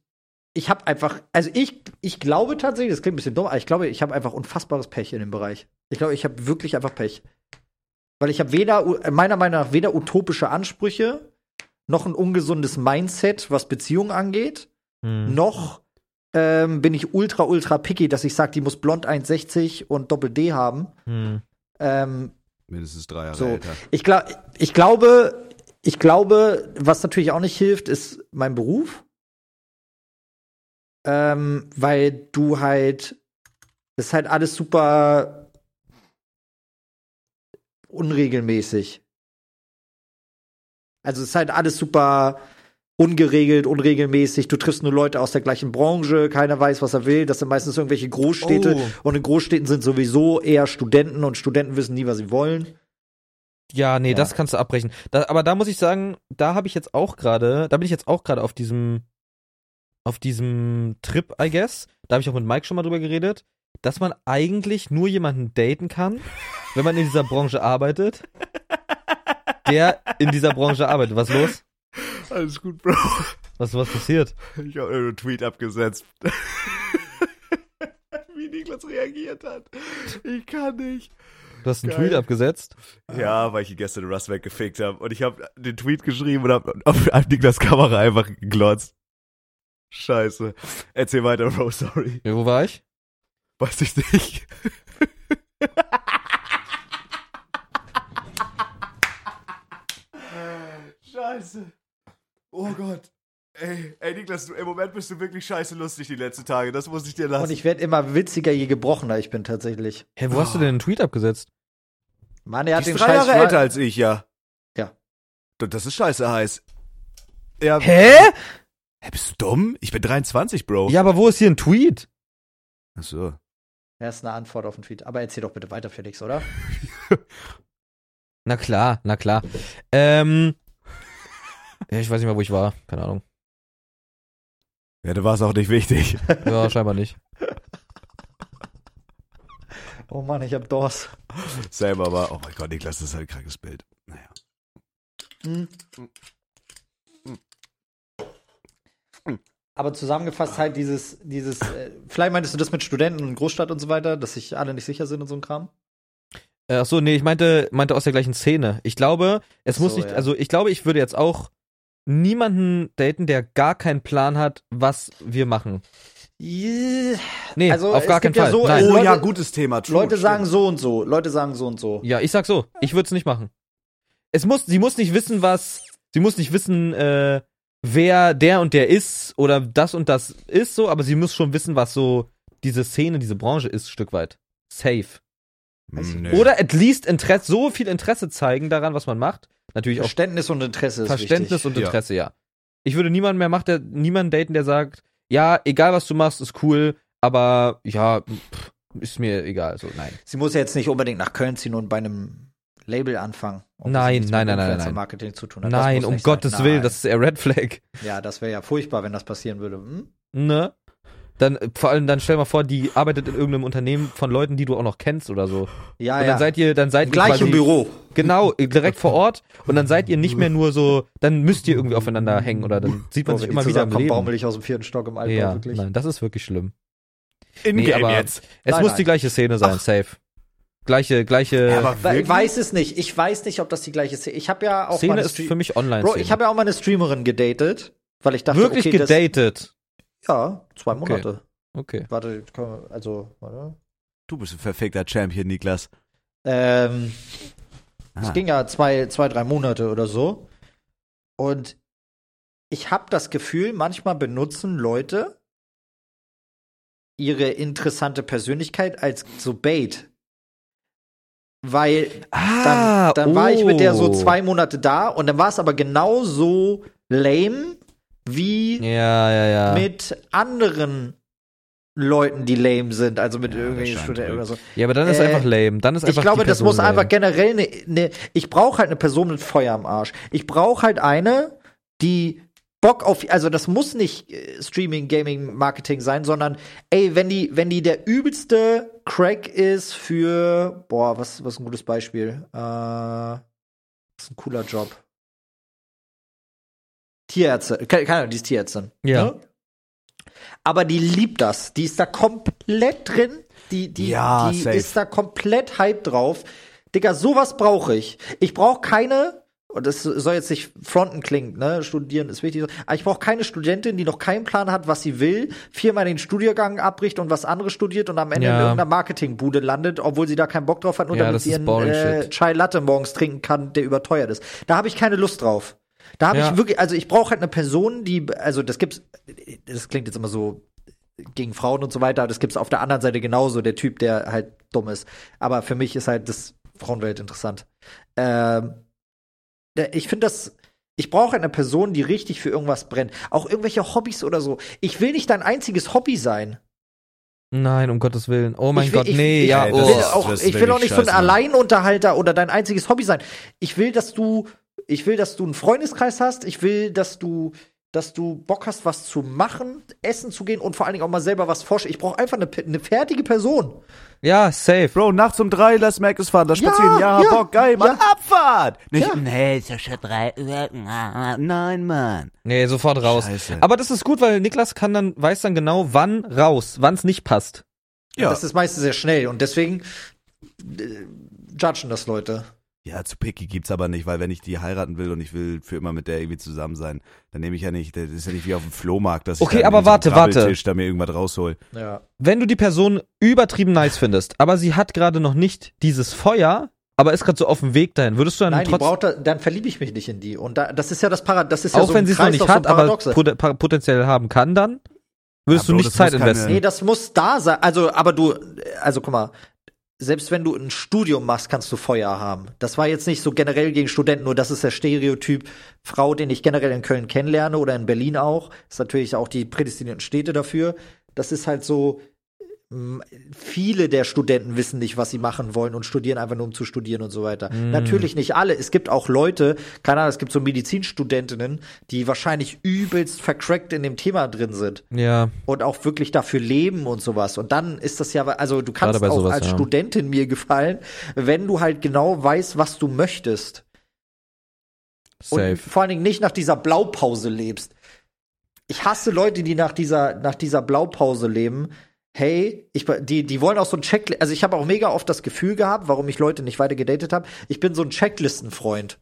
C: ich habe einfach, also ich, ich glaube tatsächlich, das klingt ein bisschen dumm, aber ich glaube, ich habe einfach unfassbares Pech in dem Bereich. Ich glaube, ich habe wirklich einfach Pech. weil ich habe weder, u- äh, meiner Meinung nach, weder utopische Ansprüche, noch ein ungesundes Mindset, was Beziehungen angeht,
B: Hm.
C: noch ähm, bin ich ultra, ultra picky, dass ich sage, die muss blond 1,60 und Doppel-D haben.
B: Hm.
C: Ähm,
A: Mindestens drei Jahre
C: So.
A: älter.
C: ich, glaub, ich glaube, ich glaube, was natürlich auch nicht hilft, ist mein Beruf. Ähm, weil du halt, das ist halt alles super unregelmäßig. Also es ist halt alles super ungeregelt, unregelmäßig. Du triffst nur Leute aus der gleichen Branche, keiner weiß, was er will. Das sind meistens irgendwelche Großstädte.
B: Oh.
C: Und in Großstädten sind sowieso eher Studenten und Studenten wissen nie, was sie wollen.
B: Ja, nee,
C: Ja.
B: das kannst du abbrechen. Da, aber da muss ich sagen, da habe ich jetzt auch gerade, da bin ich jetzt auch gerade auf diesem, auf diesem Trip, I guess. Da habe ich auch mit Mike schon mal drüber geredet, dass man eigentlich nur jemanden
A: *laughs*
B: daten kann, wenn man in dieser Branche arbeitet, der in dieser Branche arbeitet. Was los?
A: Alles gut, Bro.
B: Was, was passiert?
A: Ich habe einen Tweet abgesetzt. *laughs* Wie Niklas reagiert hat. Ich kann nicht.
B: Du hast einen
A: Geil.
B: Tweet abgesetzt.
A: Ja, weil ich ihn gestern in Rust weggefickt habe. Und ich habe den Tweet geschrieben und habe auf, auf Niklas Kamera einfach geglotzt. Scheiße. Erzähl weiter, Bro, sorry.
B: Ja, wo war ich?
A: Weiß ich nicht. scheiße. Oh Gott. Ey, ey, Niklas, du, im Moment bist du wirklich scheiße lustig die letzten Tage. Das muss ich dir lassen.
C: Und ich werde immer witziger, je gebrochener ich bin tatsächlich.
B: Hä, wo
A: Ah.
B: hast du denn einen Tweet abgesetzt?
C: Mann, er hat
A: Die
C: den
A: ist drei
C: Scheiß
A: Jahre älter als ich, ja.
C: Ja.
A: D- Das ist scheiße heiß. Ja, hä?
B: Hä?
A: bist du dumm? Ich bin 23, Bro.
B: Ja, aber wo ist hier ein Tweet?
A: Achso.
C: Das ist eine Antwort auf den Tweet. Aber erzähl doch bitte weiter, Felix, oder?
B: Na klar, na klar.
A: *laughs*
B: Ähm. ja, Ich weiß nicht mehr, wo ich war. Keine Ahnung.
A: Ja, da war es auch nicht
C: *laughs*
A: wichtig.
B: *laughs* Ja, scheinbar nicht.
C: Oh Mann, ich hab Dors.
A: Selber aber. Oh mein Gott, Niklas, das ist halt ein krankes Bild. Naja.
C: Hm. Aber zusammengefasst halt dieses, dieses, äh, vielleicht meintest du das mit Studenten und Großstadt und so weiter, dass sich alle nicht sicher sind und so ein Kram?
B: Äh, Ach so, nee, ich meinte, meinte aus der gleichen Szene. Ich glaube, es
C: Ach
B: muss
C: so,
B: nicht,
C: ja.
B: also ich glaube, ich würde jetzt auch niemanden daten, der gar keinen Plan hat, was wir machen. Nee,
C: Also,
B: auf gar
C: es
B: keinen
C: gibt
B: Fall.
C: ja so-
B: Nein.
A: Oh
C: Leute-
A: ja, gutes Thema. True,
C: Leute
A: stimmt.
C: sagen so und so, Leute sagen so und so.
B: Ja, ich sag so, ich würde es nicht machen. Es muss, sie muss nicht wissen, was, sie muss nicht wissen, äh, wer der und der ist oder das und das ist so, aber sie muss schon wissen, was so diese Szene, diese Branche ist, Stück weit. Safe.
C: Weiß ich
A: Nö.
B: Oder at least Interesse, so viel Interesse zeigen daran, was man macht. Natürlich auch
C: Verständnis und Interesse ist
B: Verständnis
C: wichtig.
B: und Interesse, ja. Ich würde niemanden mehr machen, der, niemanden daten, der sagt, ja, egal was du machst, ist cool, aber ja, pff, ist mir egal. So, nein.
C: Sie muss ja jetzt nicht unbedingt nach Köln ziehen und bei einem Label anfangen. obwohl
B: Nein,
C: sie nichts
B: nein,
C: mit
B: nein, nein,
C: Influencer
B: nein.
C: Marketing zu tun hat. Das
B: nein,
C: muss
B: um
C: nicht sein.
B: Gottes
C: Nein.
B: Willen, das ist eher Red Flag.
C: Ja, das wäre ja furchtbar, wenn das passieren würde. Hm?
B: Ne? Dann, äh, vor allem, dann stell mal vor, die arbeitet in irgendeinem Unternehmen von Leuten, die du auch noch kennst oder so.
C: Ja,
B: und
C: Ah ja.
B: dann seid ihr, dann seid ihr
C: Gleich
B: quasi-
C: im Büro.
B: Genau, äh, direkt vor Ort. Und dann seid ihr nicht mehr nur so, dann müsst ihr irgendwie aufeinander hängen oder dann sieht man
C: Boah,
B: sich
C: wenn
B: immer
C: die
B: wieder im
C: zusammenkommen,
B: Leben.
C: baumel ich aus dem vierten Stock im Alter,
B: Ja,
C: wirklich.
B: nein, das ist wirklich schlimm.
A: In-game
B: Nee, aber-
A: jetzt.
B: Es
C: Nein,
B: muss
C: nein.
B: die gleiche Szene sein, safe. Gleiche, gleiche.
A: Ja, aber
C: Weil
A: wirklich?
C: Ich weiß es nicht. Ich weiß nicht, ob das die gleiche Szene ist. Ich habe ja auch mal
B: Szene
C: eine
B: ist
C: Stre-
B: für mich online.
C: Bro, ich habe ja auch mal eine Streamerin gedatet, weil ich dachte,
B: wirklich
C: okay,
B: gedatet.
C: Das, ja, zwei Monate.
B: Okay.
C: Warte, komm, also, warte.
A: Du bist ein verfickter Champion, Niklas.
C: Ähm,
A: Ah.
C: Es ging ja zwei, zwei, drei Monate oder so. Und ich habe das Gefühl, manchmal benutzen Leute ihre interessante Persönlichkeit als so Bait. Weil dann,
A: Ah,
C: dann war ich mit
B: Ah,
C: der so
A: oh.
B: oh.
C: zwei Monate da und dann war es aber genauso lame wie
B: Ja, ja, ja.
C: mit anderen Leuten, die lame sind. Also mit
A: Ja,
C: irgendwelchen
A: das scheint
C: Studenten oder so.
B: ja, aber dann ist
C: Äh,
B: einfach lame. Dann ist einfach
C: Ich glaube,
B: die
C: das
B: Person
C: muss einfach
B: lame.
C: generell eine. Ne, ich brauche halt eine Person mit Feuer am Arsch. Ich brauche halt eine, die Bock auf. Also das muss nicht äh, Streaming, Gaming, Marketing sein, sondern ey, wenn die, wenn die der übelste Crack ist für boah, was was ein gutes Beispiel. Äh, was ist ein cooler Job. Tierärzte, keine keine Ahnung, die ist Tierärztin.
B: Ja.
C: ne? Aber die liebt das. Die ist da komplett drin. Die, die,
A: Ja,
C: die
A: safe.
C: ist da komplett hype drauf. Digga, sowas brauche ich. Ich brauche keine, und das soll jetzt nicht fronten klingen, ne? Studieren ist wichtig. Aber ich brauche keine Studentin, die noch keinen Plan hat, was sie will, viermal den Studiengang abbricht und was anderes studiert und am Ende
B: Ja.
C: in irgendeiner Marketingbude landet, obwohl sie da keinen Bock drauf hat, nur
B: Ja,
C: damit
B: das
C: sie
B: ist
C: ihren
B: boring
C: äh,
B: shit.
C: Chai Latte morgens trinken kann, der überteuert ist. Da habe ich keine Lust drauf. Da habe
B: Ja.
C: ich wirklich, also ich brauche halt eine Person, die, also das gibt's, das klingt jetzt immer so gegen Frauen und so weiter, aber das gibt's auf der anderen Seite genauso, der Typ, der halt dumm ist. Aber für mich ist halt das Frauenwelt interessant. Ähm, da- ich finde das, ich brauche eine Person, die richtig für irgendwas brennt. Auch irgendwelche Hobbys oder so. Ich will nicht dein einziges Hobby sein.
B: Nein, um Gottes Willen. Oh mein
C: ich will,
B: Gott,
C: ich,
B: nee,
C: ich,
B: ja,
C: ich
A: das
B: oh.
C: will
A: ist-
C: auch,
A: das
C: ich
A: will
C: will auch
A: ich
C: nicht so ein
A: scheiße.
C: Alleinunterhalter oder dein einziges Hobby sein. Ich will, dass du, ich will, dass du einen Freundeskreis hast. Ich will, dass du, dass du Bock hast, was zu machen, essen zu gehen und vor allen Dingen auch mal selber was forschen. Ich brauche einfach eine, eine fertige Person.
B: Ja, safe.
A: Bro, nachts um drei, lass Mac fahren, da spazieren. Ja,
C: ja,
A: Bock, geil, Mann. Abfahrt! Nicht,
C: Ja.
A: nee, ist ja schon drei Uhr. Na, Nein, Mann.
B: Nee, sofort raus.
A: Scheiße.
B: Aber das ist gut, weil Niklas kann dann, weiß dann genau, wann raus, wann es nicht passt.
A: Ja.
C: Das ist meistens sehr schnell und deswegen äh, judgen das Leute.
A: Ja, zu picky gibt's aber nicht, weil wenn ich die heiraten will und ich will für immer mit der irgendwie zusammen sein, dann nehme ich ja nicht, das ist ja nicht wie auf dem Flohmarkt, dass
B: Okay,
A: ich dann
B: aber
A: in so einem
B: warte, warte.
A: Krabbeltisch da mir irgendwas raushol.
C: Ja.
B: Wenn du die Person übertrieben nice findest, aber sie hat gerade noch nicht dieses Feuer, aber ist gerade so auf dem Weg dahin, würdest du dann
C: Nein, die
B: trotzdem,
C: braucht, da- dann verliebe ich mich nicht in die. Und da, das ist ja das Parad, das ist ja
B: auch
C: so
B: wenn
C: ein
B: sie es noch nicht
C: Kreislauf,
B: hat,
C: so ein
B: aber
C: Paradoxe.
B: pot- pa- potenziell haben kann, dann
A: Ja, Bro,
B: würdest du nicht
A: das
B: Zeit
A: muss keine-
B: investieren.
C: Nee, das muss da sein. Also, aber du, also guck mal, selbst wenn du ein Studium machst, kannst du Feuer haben. Das war jetzt nicht so generell gegen Studenten, nur das ist der Stereotyp Frau, den ich generell in Köln kennenlerne oder in Berlin auch. Ist natürlich auch die prädestinierten Städte dafür. Das ist halt so, m, viele der Studenten wissen nicht, was sie machen wollen und studieren einfach nur, um zu studieren und so weiter. Natürlich nicht alle. Es gibt auch Leute, keine Ahnung, es gibt so Medizinstudentinnen, die wahrscheinlich übelst vercrackt in dem Thema drin sind
B: Ja,
C: und auch wirklich dafür leben und sowas. Und dann ist das ja, also du
B: Gerade
C: kannst
B: bei
C: auch
B: sowas,
C: als
B: ja.
C: Studentin mir gefallen, wenn du halt genau weißt, was du möchtest. Und
B: safe.
C: vor allen Dingen nicht nach dieser Blaupause lebst. Ich hasse Leute, die nach dieser, nach dieser Blaupause leben. Hey, ich, be- die, die wollen auch so ein Checklist. Also ich habe auch mega oft das Gefühl gehabt, warum ich Leute nicht weiter gedatet habe. Ich bin so ein Checklistenfreund.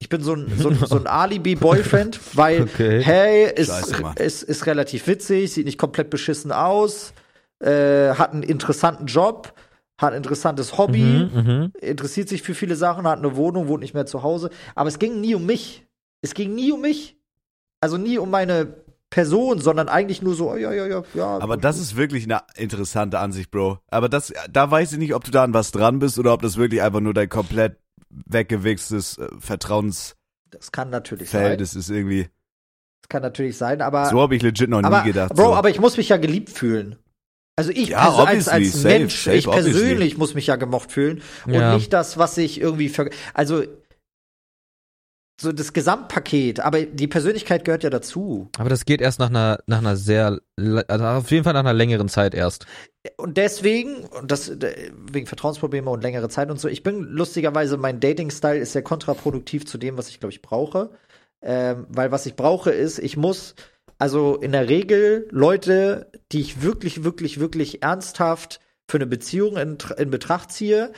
C: Ich bin so ein, so ein, so
B: *laughs*
C: ein Alibi-Boyfriend, weil,
B: Okay.
C: hey, ist,
A: Scheiße, Mann.
C: ist, ist relativ witzig, sieht nicht komplett beschissen aus, äh, hat einen interessanten Job, hat ein interessantes Hobby
B: Mhm, mhm.
C: interessiert sich für viele Sachen, hat eine Wohnung, wohnt nicht mehr zu Hause. Aber es ging nie um mich. Es ging nie um mich. Also nie um meine Person, sondern eigentlich nur so, oh, ja, ja, ja, ja.
A: Aber das ist wirklich eine interessante Ansicht, Bro. Aber das, da weiß ich nicht, ob du da an was dran bist oder ob das wirklich einfach nur dein komplett weggewichstes äh, Vertrauensverhältnis
C: das kann natürlich sein. Das
A: ist irgendwie.
C: kann natürlich sein, aber.
A: So habe ich legit noch
C: Ah, aber
A: nie gedacht.
C: Bro,
A: so.
C: aber ich muss mich ja geliebt fühlen. Also ich
A: Ja,
C: perso- als,
A: obviously,
C: als
A: safe,
C: Mensch,
A: safe,
C: ich persönlich
A: obviously.
C: muss mich ja gemocht fühlen.
B: Ja.
C: Und nicht das, was ich irgendwie ver Also so das Gesamtpaket, aber die Persönlichkeit gehört ja dazu.
B: Aber das geht erst nach einer, nach einer sehr, le- also auf jeden Fall nach einer längeren Zeit erst.
C: Und deswegen, und das äh, wegen Vertrauensprobleme und längere Zeit und so, ich bin lustigerweise, mein Dating-Style ist sehr kontraproduktiv zu dem, was ich, glaube ich, brauche. Ähm, weil was ich brauche ist, ich muss, also in der Regel Leute, die ich wirklich, wirklich, wirklich ernsthaft für eine Beziehung in, Tr- in Betracht ziehe,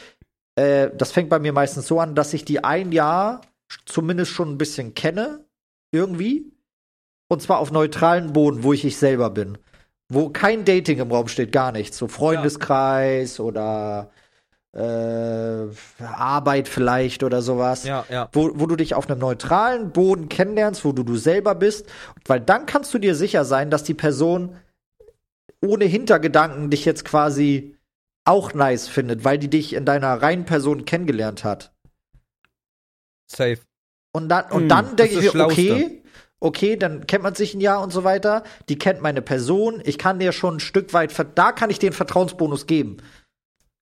C: äh, das fängt bei mir meistens so an, dass ich die ein Jahr sch- zumindest schon ein bisschen kenne, irgendwie. Und zwar auf neutralen Boden, wo ich ich selber bin. Wo kein Dating im Raum steht, gar nichts. So Freundeskreis oder äh, Arbeit vielleicht oder sowas
B: Ja, ja.
C: wo, wo du dich auf einem neutralen Boden kennenlernst, wo du du selber bist, weil dann kannst du dir sicher sein, dass die Person ohne Hintergedanken dich jetzt quasi auch nice findet, weil die dich in deiner reinen Person kennengelernt hat.
B: Safe.
C: Und dann, und
B: Mm,
C: dann
B: das
C: denke ich
B: ist
C: mir,
B: das
C: okay, okay, dann kennt man sich ein Jahr und so weiter. Die kennt meine Person. Ich kann dir schon ein Stück weit, ver- da kann ich den Vertrauensbonus geben.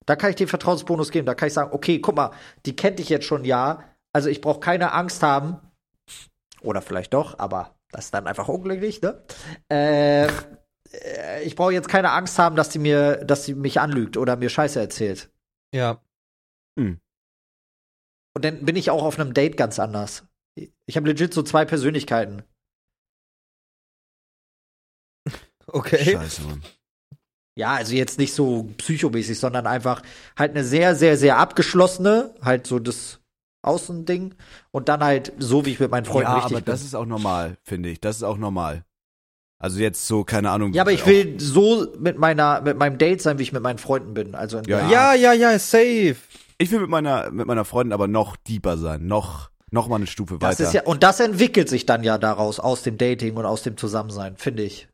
C: Da kann ich den Vertrauensbonus geben. Da kann ich sagen, okay, guck mal, die kennt dich jetzt schon ein Jahr. Also ich brauche keine Angst haben. Oder vielleicht doch, aber das ist dann einfach unglücklich, ne? Äh, äh, ich brauche jetzt keine Angst haben, dass sie mir, dass sie mich anlügt oder mir Scheiße erzählt.
B: Ja.
C: Und dann bin ich auch auf einem Date ganz anders. Ich habe legit so
A: *laughs*
C: zwei Persönlichkeiten.
B: Okay.
A: Scheiße, Mann.
C: Ja, also jetzt nicht so psychomäßig, sondern einfach halt eine sehr, sehr, sehr abgeschlossene, halt so das Außending und dann halt so, wie ich mit meinen Freunden
A: ja,
C: richtig
A: aber
C: bin.
A: das ist auch normal, finde ich. Das ist auch normal. Also jetzt so, keine Ahnung. Äh,
C: ja, aber ich will so mit meiner, mit meinem Date sein, wie ich mit meinen Freunden bin. Also in
A: Ja,
C: der-
B: Ja, ja, ja, safe.
A: Ich will mit meiner, mit meiner Freundin aber noch deeper sein. Noch, noch mal eine Stufe
C: das
A: weiter.
C: ist ja, und das entwickelt sich dann ja daraus, aus dem Dating und aus dem Zusammensein, finde ich.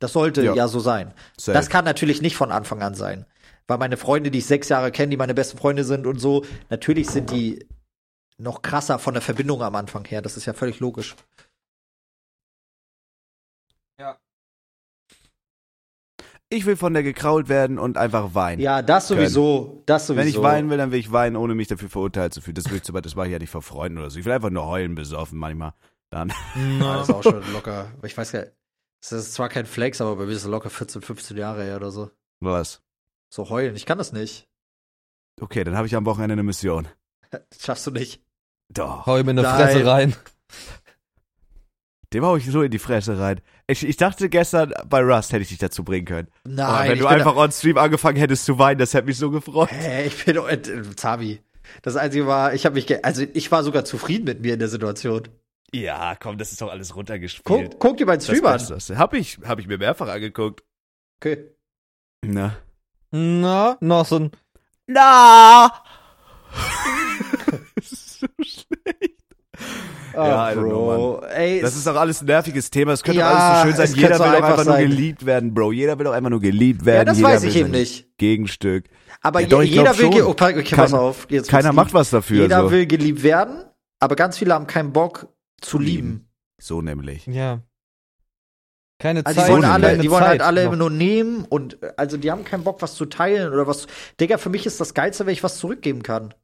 C: Das sollte
A: Ja.
C: ja, so sein.
A: Safe.
C: Das kann natürlich nicht von Anfang an sein. Weil meine Freunde, die ich sechs Jahre kenne, die meine besten Freunde sind und so, natürlich sind die noch krasser von der Verbindung am Anfang her. Das ist ja völlig logisch.
A: ich will von der gekrault werden und einfach weinen.
C: Ja, das sowieso. Das sowieso.
A: Wenn ich weinen will, dann will ich weinen, ohne mich dafür verurteilt zu fühlen. Das will ich zum Beispiel, das mache ich ja nicht vor Freunden oder so. Ich will einfach nur heulen besoffen manchmal. Dann.
C: Ja, das ist
A: *laughs*
C: auch schon locker. Ich weiß gar nicht, das ist zwar kein Flex, aber bei mir ist es locker 14, 15 Jahre her oder so.
A: Was?
C: So heulen, ich kann das nicht.
A: Okay, dann habe ich am Wochenende eine Mission.
C: Das schaffst du nicht.
A: Doch.
B: Hau ihm in die
C: Nein.
B: Fresse rein.
A: Dem hau ich so in die Fresse rein. Ich, ich dachte gestern, bei Rust hätte ich dich dazu bringen können.
C: Nein,
A: wenn
C: ich
A: du
C: bin
A: einfach on stream angefangen hättest zu weinen, das hätte mich so gefreut.
C: Hä, ich bin äh, äh, Zabi. Das einzige war, ich habe mich, ge also ich war sogar zufrieden mit mir in der Situation.
A: Ja, komm, das ist doch alles runtergespielt.
C: Guck, guck dir meinen
A: das
C: Stream
A: das,
C: an.
A: das. Hab ich, hab ich mir mehrfach angeguckt.
C: Okay.
A: Na.
B: Na, noch so ein.
A: Na! das ist so schlecht. Ja, I
C: Ah,
A: don't know,
C: Ey,
A: Das ist doch alles ein nerviges Thema. Es könnte
C: Ja,
A: doch alles so schön
C: es
A: sein.
C: könnte
A: Jeder will
C: doch
A: doch
C: einfach
A: einfach nur
C: sein.
A: geliebt werden, Bro. Jeder will doch einfach nur geliebt werden.
C: ja, das
A: Jeder
C: weiß
A: will
C: ich eben
A: sein
C: nicht.
A: Gegenstück.
C: Aber
A: Ja, doch,
C: je,
A: ich glaub
C: jeder will, ge-
A: schon.
C: okay, okay, pass
A: Keiner-
C: auf. Jetzt
A: Keiner
C: wird's
A: macht
C: lieb.
A: was dafür.
C: Jeder
A: so.
C: will geliebt werden, aber ganz viele haben keinen Bock zu
A: Lieben.
C: lieben.
A: so nämlich.
B: Ja. Keine
C: Also
B: Zeit.
C: die wollen,
A: Zeit,
C: alle,
B: keine
C: die wollen halt
B: Zeit
C: alle
B: noch.
C: immer nur nehmen und äh, also die haben keinen Bock, was zu teilen oder was. Digga, für mich ist das Geilste, wenn ich was zurückgeben kann.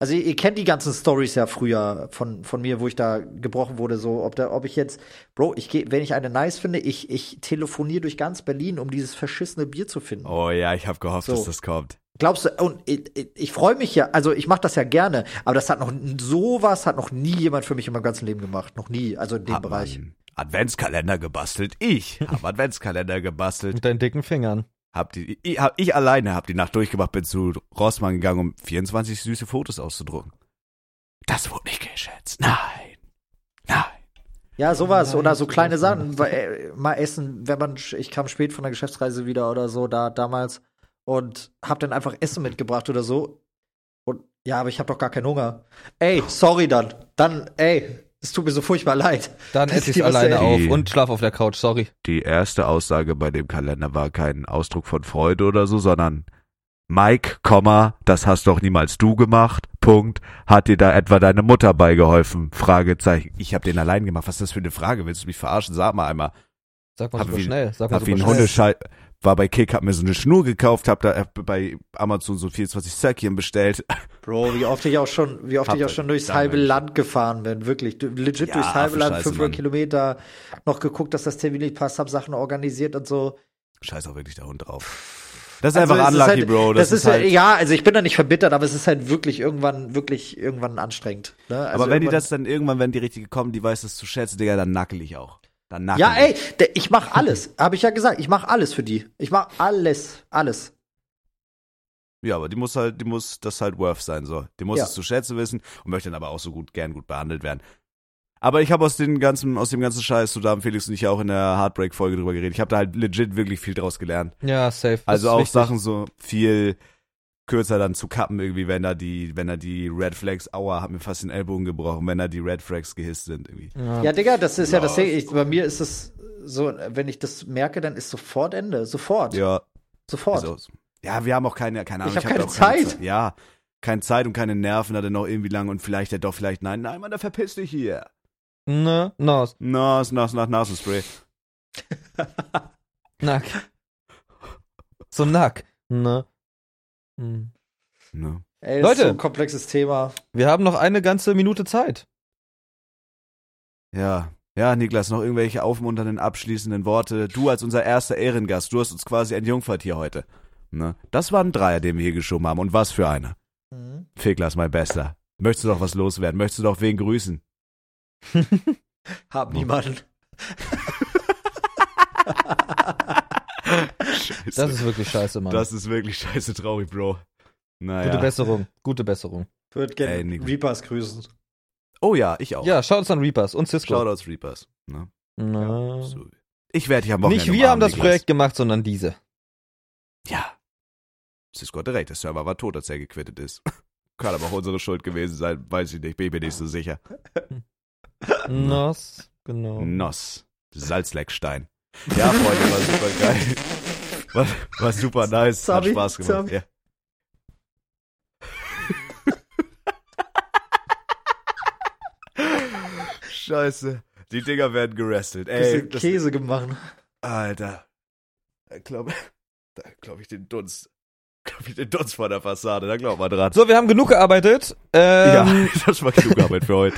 C: Also ihr, ihr kennt die ganzen Stories ja früher von, von mir, wo ich da gebrochen wurde, so ob da, ob ich jetzt, Bro, ich gehe, wenn ich eine nice finde, ich, ich telefoniere durch ganz Berlin, um dieses verschissene Bier zu finden.
A: Oh ja, ich habe gehofft,
C: So.
A: dass das kommt.
C: Glaubst du, und ich, ich- ich freue mich ja, also ich mache das ja gerne, aber das hat noch sowas hat noch nie jemand für mich in meinem ganzen Leben gemacht. Noch nie, also in dem
A: Hab
C: Bereich.
A: meinen Adventskalender gebastelt.
C: *laughs*
A: Ich habe Adventskalender gebastelt.
B: Mit deinen dicken Fingern.
A: Hab die, ich, hab, ich alleine habe die Nacht durchgemacht, bin zu Rossmann gegangen, um 24 süße Fotos auszudrucken. Das wurde nicht geschätzt. Nein. Nein.
C: Ja, sowas
B: Nein,
C: oder so
B: ich
C: kleine
B: weiß
C: Sachen.
B: nicht.
C: Weil, äh, Mal essen, wenn man, ich kam spät von der Geschäftsreise wieder oder so, da damals und hab dann einfach Essen mitgebracht oder so. Und ja, aber ich hab doch gar keinen Hunger. Ey, sorry dann. Dann, ey, es tut mir so furchtbar leid.
B: Dann
C: Das
B: esse
C: ist
B: ich
C: die was,
B: alleine auf
A: ey.
B: und schlaf auf der Couch, sorry.
A: Die erste Aussage bei dem Kalender war kein Ausdruck von Freude oder so, sondern Mike, Komma, das hast doch niemals du gemacht. Punkt. Hat dir da etwa deine Mutter beigeholfen? Fragezeichen. Ich habe den allein gemacht. Was ist das für eine Frage? Willst du mich verarschen? Sag mal einmal.
B: Sag mal
A: Hab
B: super
A: wie-
B: schnell. Sag mal
A: Hab wie
B: super
A: ein
B: schnell.
A: Hundeschei war bei Kick, hab mir so eine Schnur gekauft, hab da äh, bei Amazon so 24 Söckchen bestellt. *laughs*
C: Bro, wie oft ich auch schon, wie oft
A: Hab
C: ich auch schon durchs
A: damit.
C: halbe Land gefahren bin, wirklich. Du- Legit
A: Ja,
C: durchs halbe
A: für
C: Land,
A: Scheiße,
C: 500
A: Mann.
C: Kilometer, noch geguckt, dass das Termin nicht passt, hab Sachen organisiert und so.
A: Scheiß auch wirklich der Hund drauf. Das ist
C: Also
A: einfach
C: es ist
A: unlucky,
C: halt-
A: Bro.
C: Das, ist,
A: halt,
C: ja, also ich bin da nicht verbittert, aber es ist halt wirklich irgendwann, wirklich irgendwann anstrengend. Ne? Also
A: Aber wenn die
C: irgendwann-
A: das dann irgendwann, wenn die richtige kommen, die weiß das zu schätzen, Digga, dann nackel ich auch. Dann nackel
C: Ja,
A: ich.
C: ey, der- ich mach alles. *laughs* Habe ich ja gesagt, ich mach alles für die. Ich mach alles, alles.
A: Ja, aber die muss halt, die muss das halt worth sein, so. Die muss
C: Ja.
A: es zu schätzen wissen und möchte dann aber auch so gut, gern gut behandelt werden. Aber ich habe aus den ganzen, aus dem ganzen Scheiß, so da haben Felix und ich ja auch in der Heartbreak-Folge drüber geredet. Ich habe da halt legit wirklich viel draus gelernt.
B: Ja, safe. Das
A: Also
B: ist
A: auch
B: wichtig.
A: Sachen so viel kürzer dann zu kappen irgendwie, wenn da die, wenn da die Red Flags, aua, hat mir fast den Ellbogen gebrochen, wenn da die Red Flags gehisst sind irgendwie.
C: Ja, Digga, das ist ja, das Ding. Ich, bei mir ist es so, wenn ich das merke, dann ist sofort Ende. Sofort.
A: Ja,
C: Sofort.
A: Ist auch so. Ja, wir haben auch keine, keine Ahnung.
C: Ich hab
A: hab
C: keine
A: auch keine
C: Zeit.
A: Ja, keine Zeit und keine Nerven hat er noch irgendwie lang und vielleicht er doch vielleicht nein, nein, Mann, da verpiss dich hier.
B: Na, na,
A: Nas, nas, nas, Nasenspray.
B: nack. So nack. Na. Hm.
A: Ne?
C: Ey, das ist
B: Leute.
C: so ein komplexes Thema.
B: Wir haben noch eine ganze Minute Zeit.
A: Ja. Ja, Niklas, noch irgendwelche aufmunternden, abschließenden Worte. Du als unser erster Ehrengast, du hast uns quasi entjungfert hier heute. Ne? Das war ein Dreier, den wir hier geschoben haben. Und was für einer.
C: Mhm.
A: Fiklas, mein Bester. Möchtest du doch was loswerden? Möchtest du doch wen
B: *laughs*
A: grüßen? Hm.
C: Hab niemanden.
B: Das ist wirklich scheiße, Mann.
A: das ist wirklich scheiße traurig, Bro.
B: Gute
A: Naja.
B: Besserung, gute Besserung.
C: Würde
A: Ey,
C: gerne
A: Nico.
C: Reapers grüßen.
A: Oh ja, ich auch.
B: Ja, Shoutouts an Reapers und Cisco.
A: Shoutouts Reapers. Ne?
B: Na.
A: So. Ich werde dich am Wochenende
B: Nicht wir haben
A: umarmen,
B: das
A: Niklas.
B: Projekt gemacht, sondern diese.
A: Ja. Cisco hatte recht, der Server war tot, als er gequittet ist. *laughs* Kann aber auch unsere Schuld gewesen sein, weiß ich nicht, bin ich mir nicht so sicher.
B: Nos, genau.
A: Noss. Salzleckstein. Ja, Freunde, war super geil. War, war super nice,
C: Sorry,
A: hat Spaß gemacht.
C: sorry.
A: Ja. Scheiße. Die Dinger werden gerestet. Ey,
C: *laughs* Bisschen
A: das,
C: Käse gemacht.
A: Alter. Da glaube da glaub ich den Dunst. Glaub ich den Dunst vor der Fassade, da glaubt man dran.
B: So, wir haben genug gearbeitet. Ähm,
A: ja, *laughs* das war genug Arbeit für heute.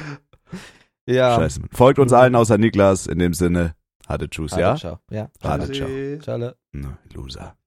B: ja.
A: Scheiße. Mann. Folgt uns allen außer Niklas. In dem Sinne, hatte Tschüss,
B: Also,
A: ja?
B: Ciao. Ja.
A: Hatte, ciao.
C: Tschüssi.
B: Ciao.
A: Ne, Loser.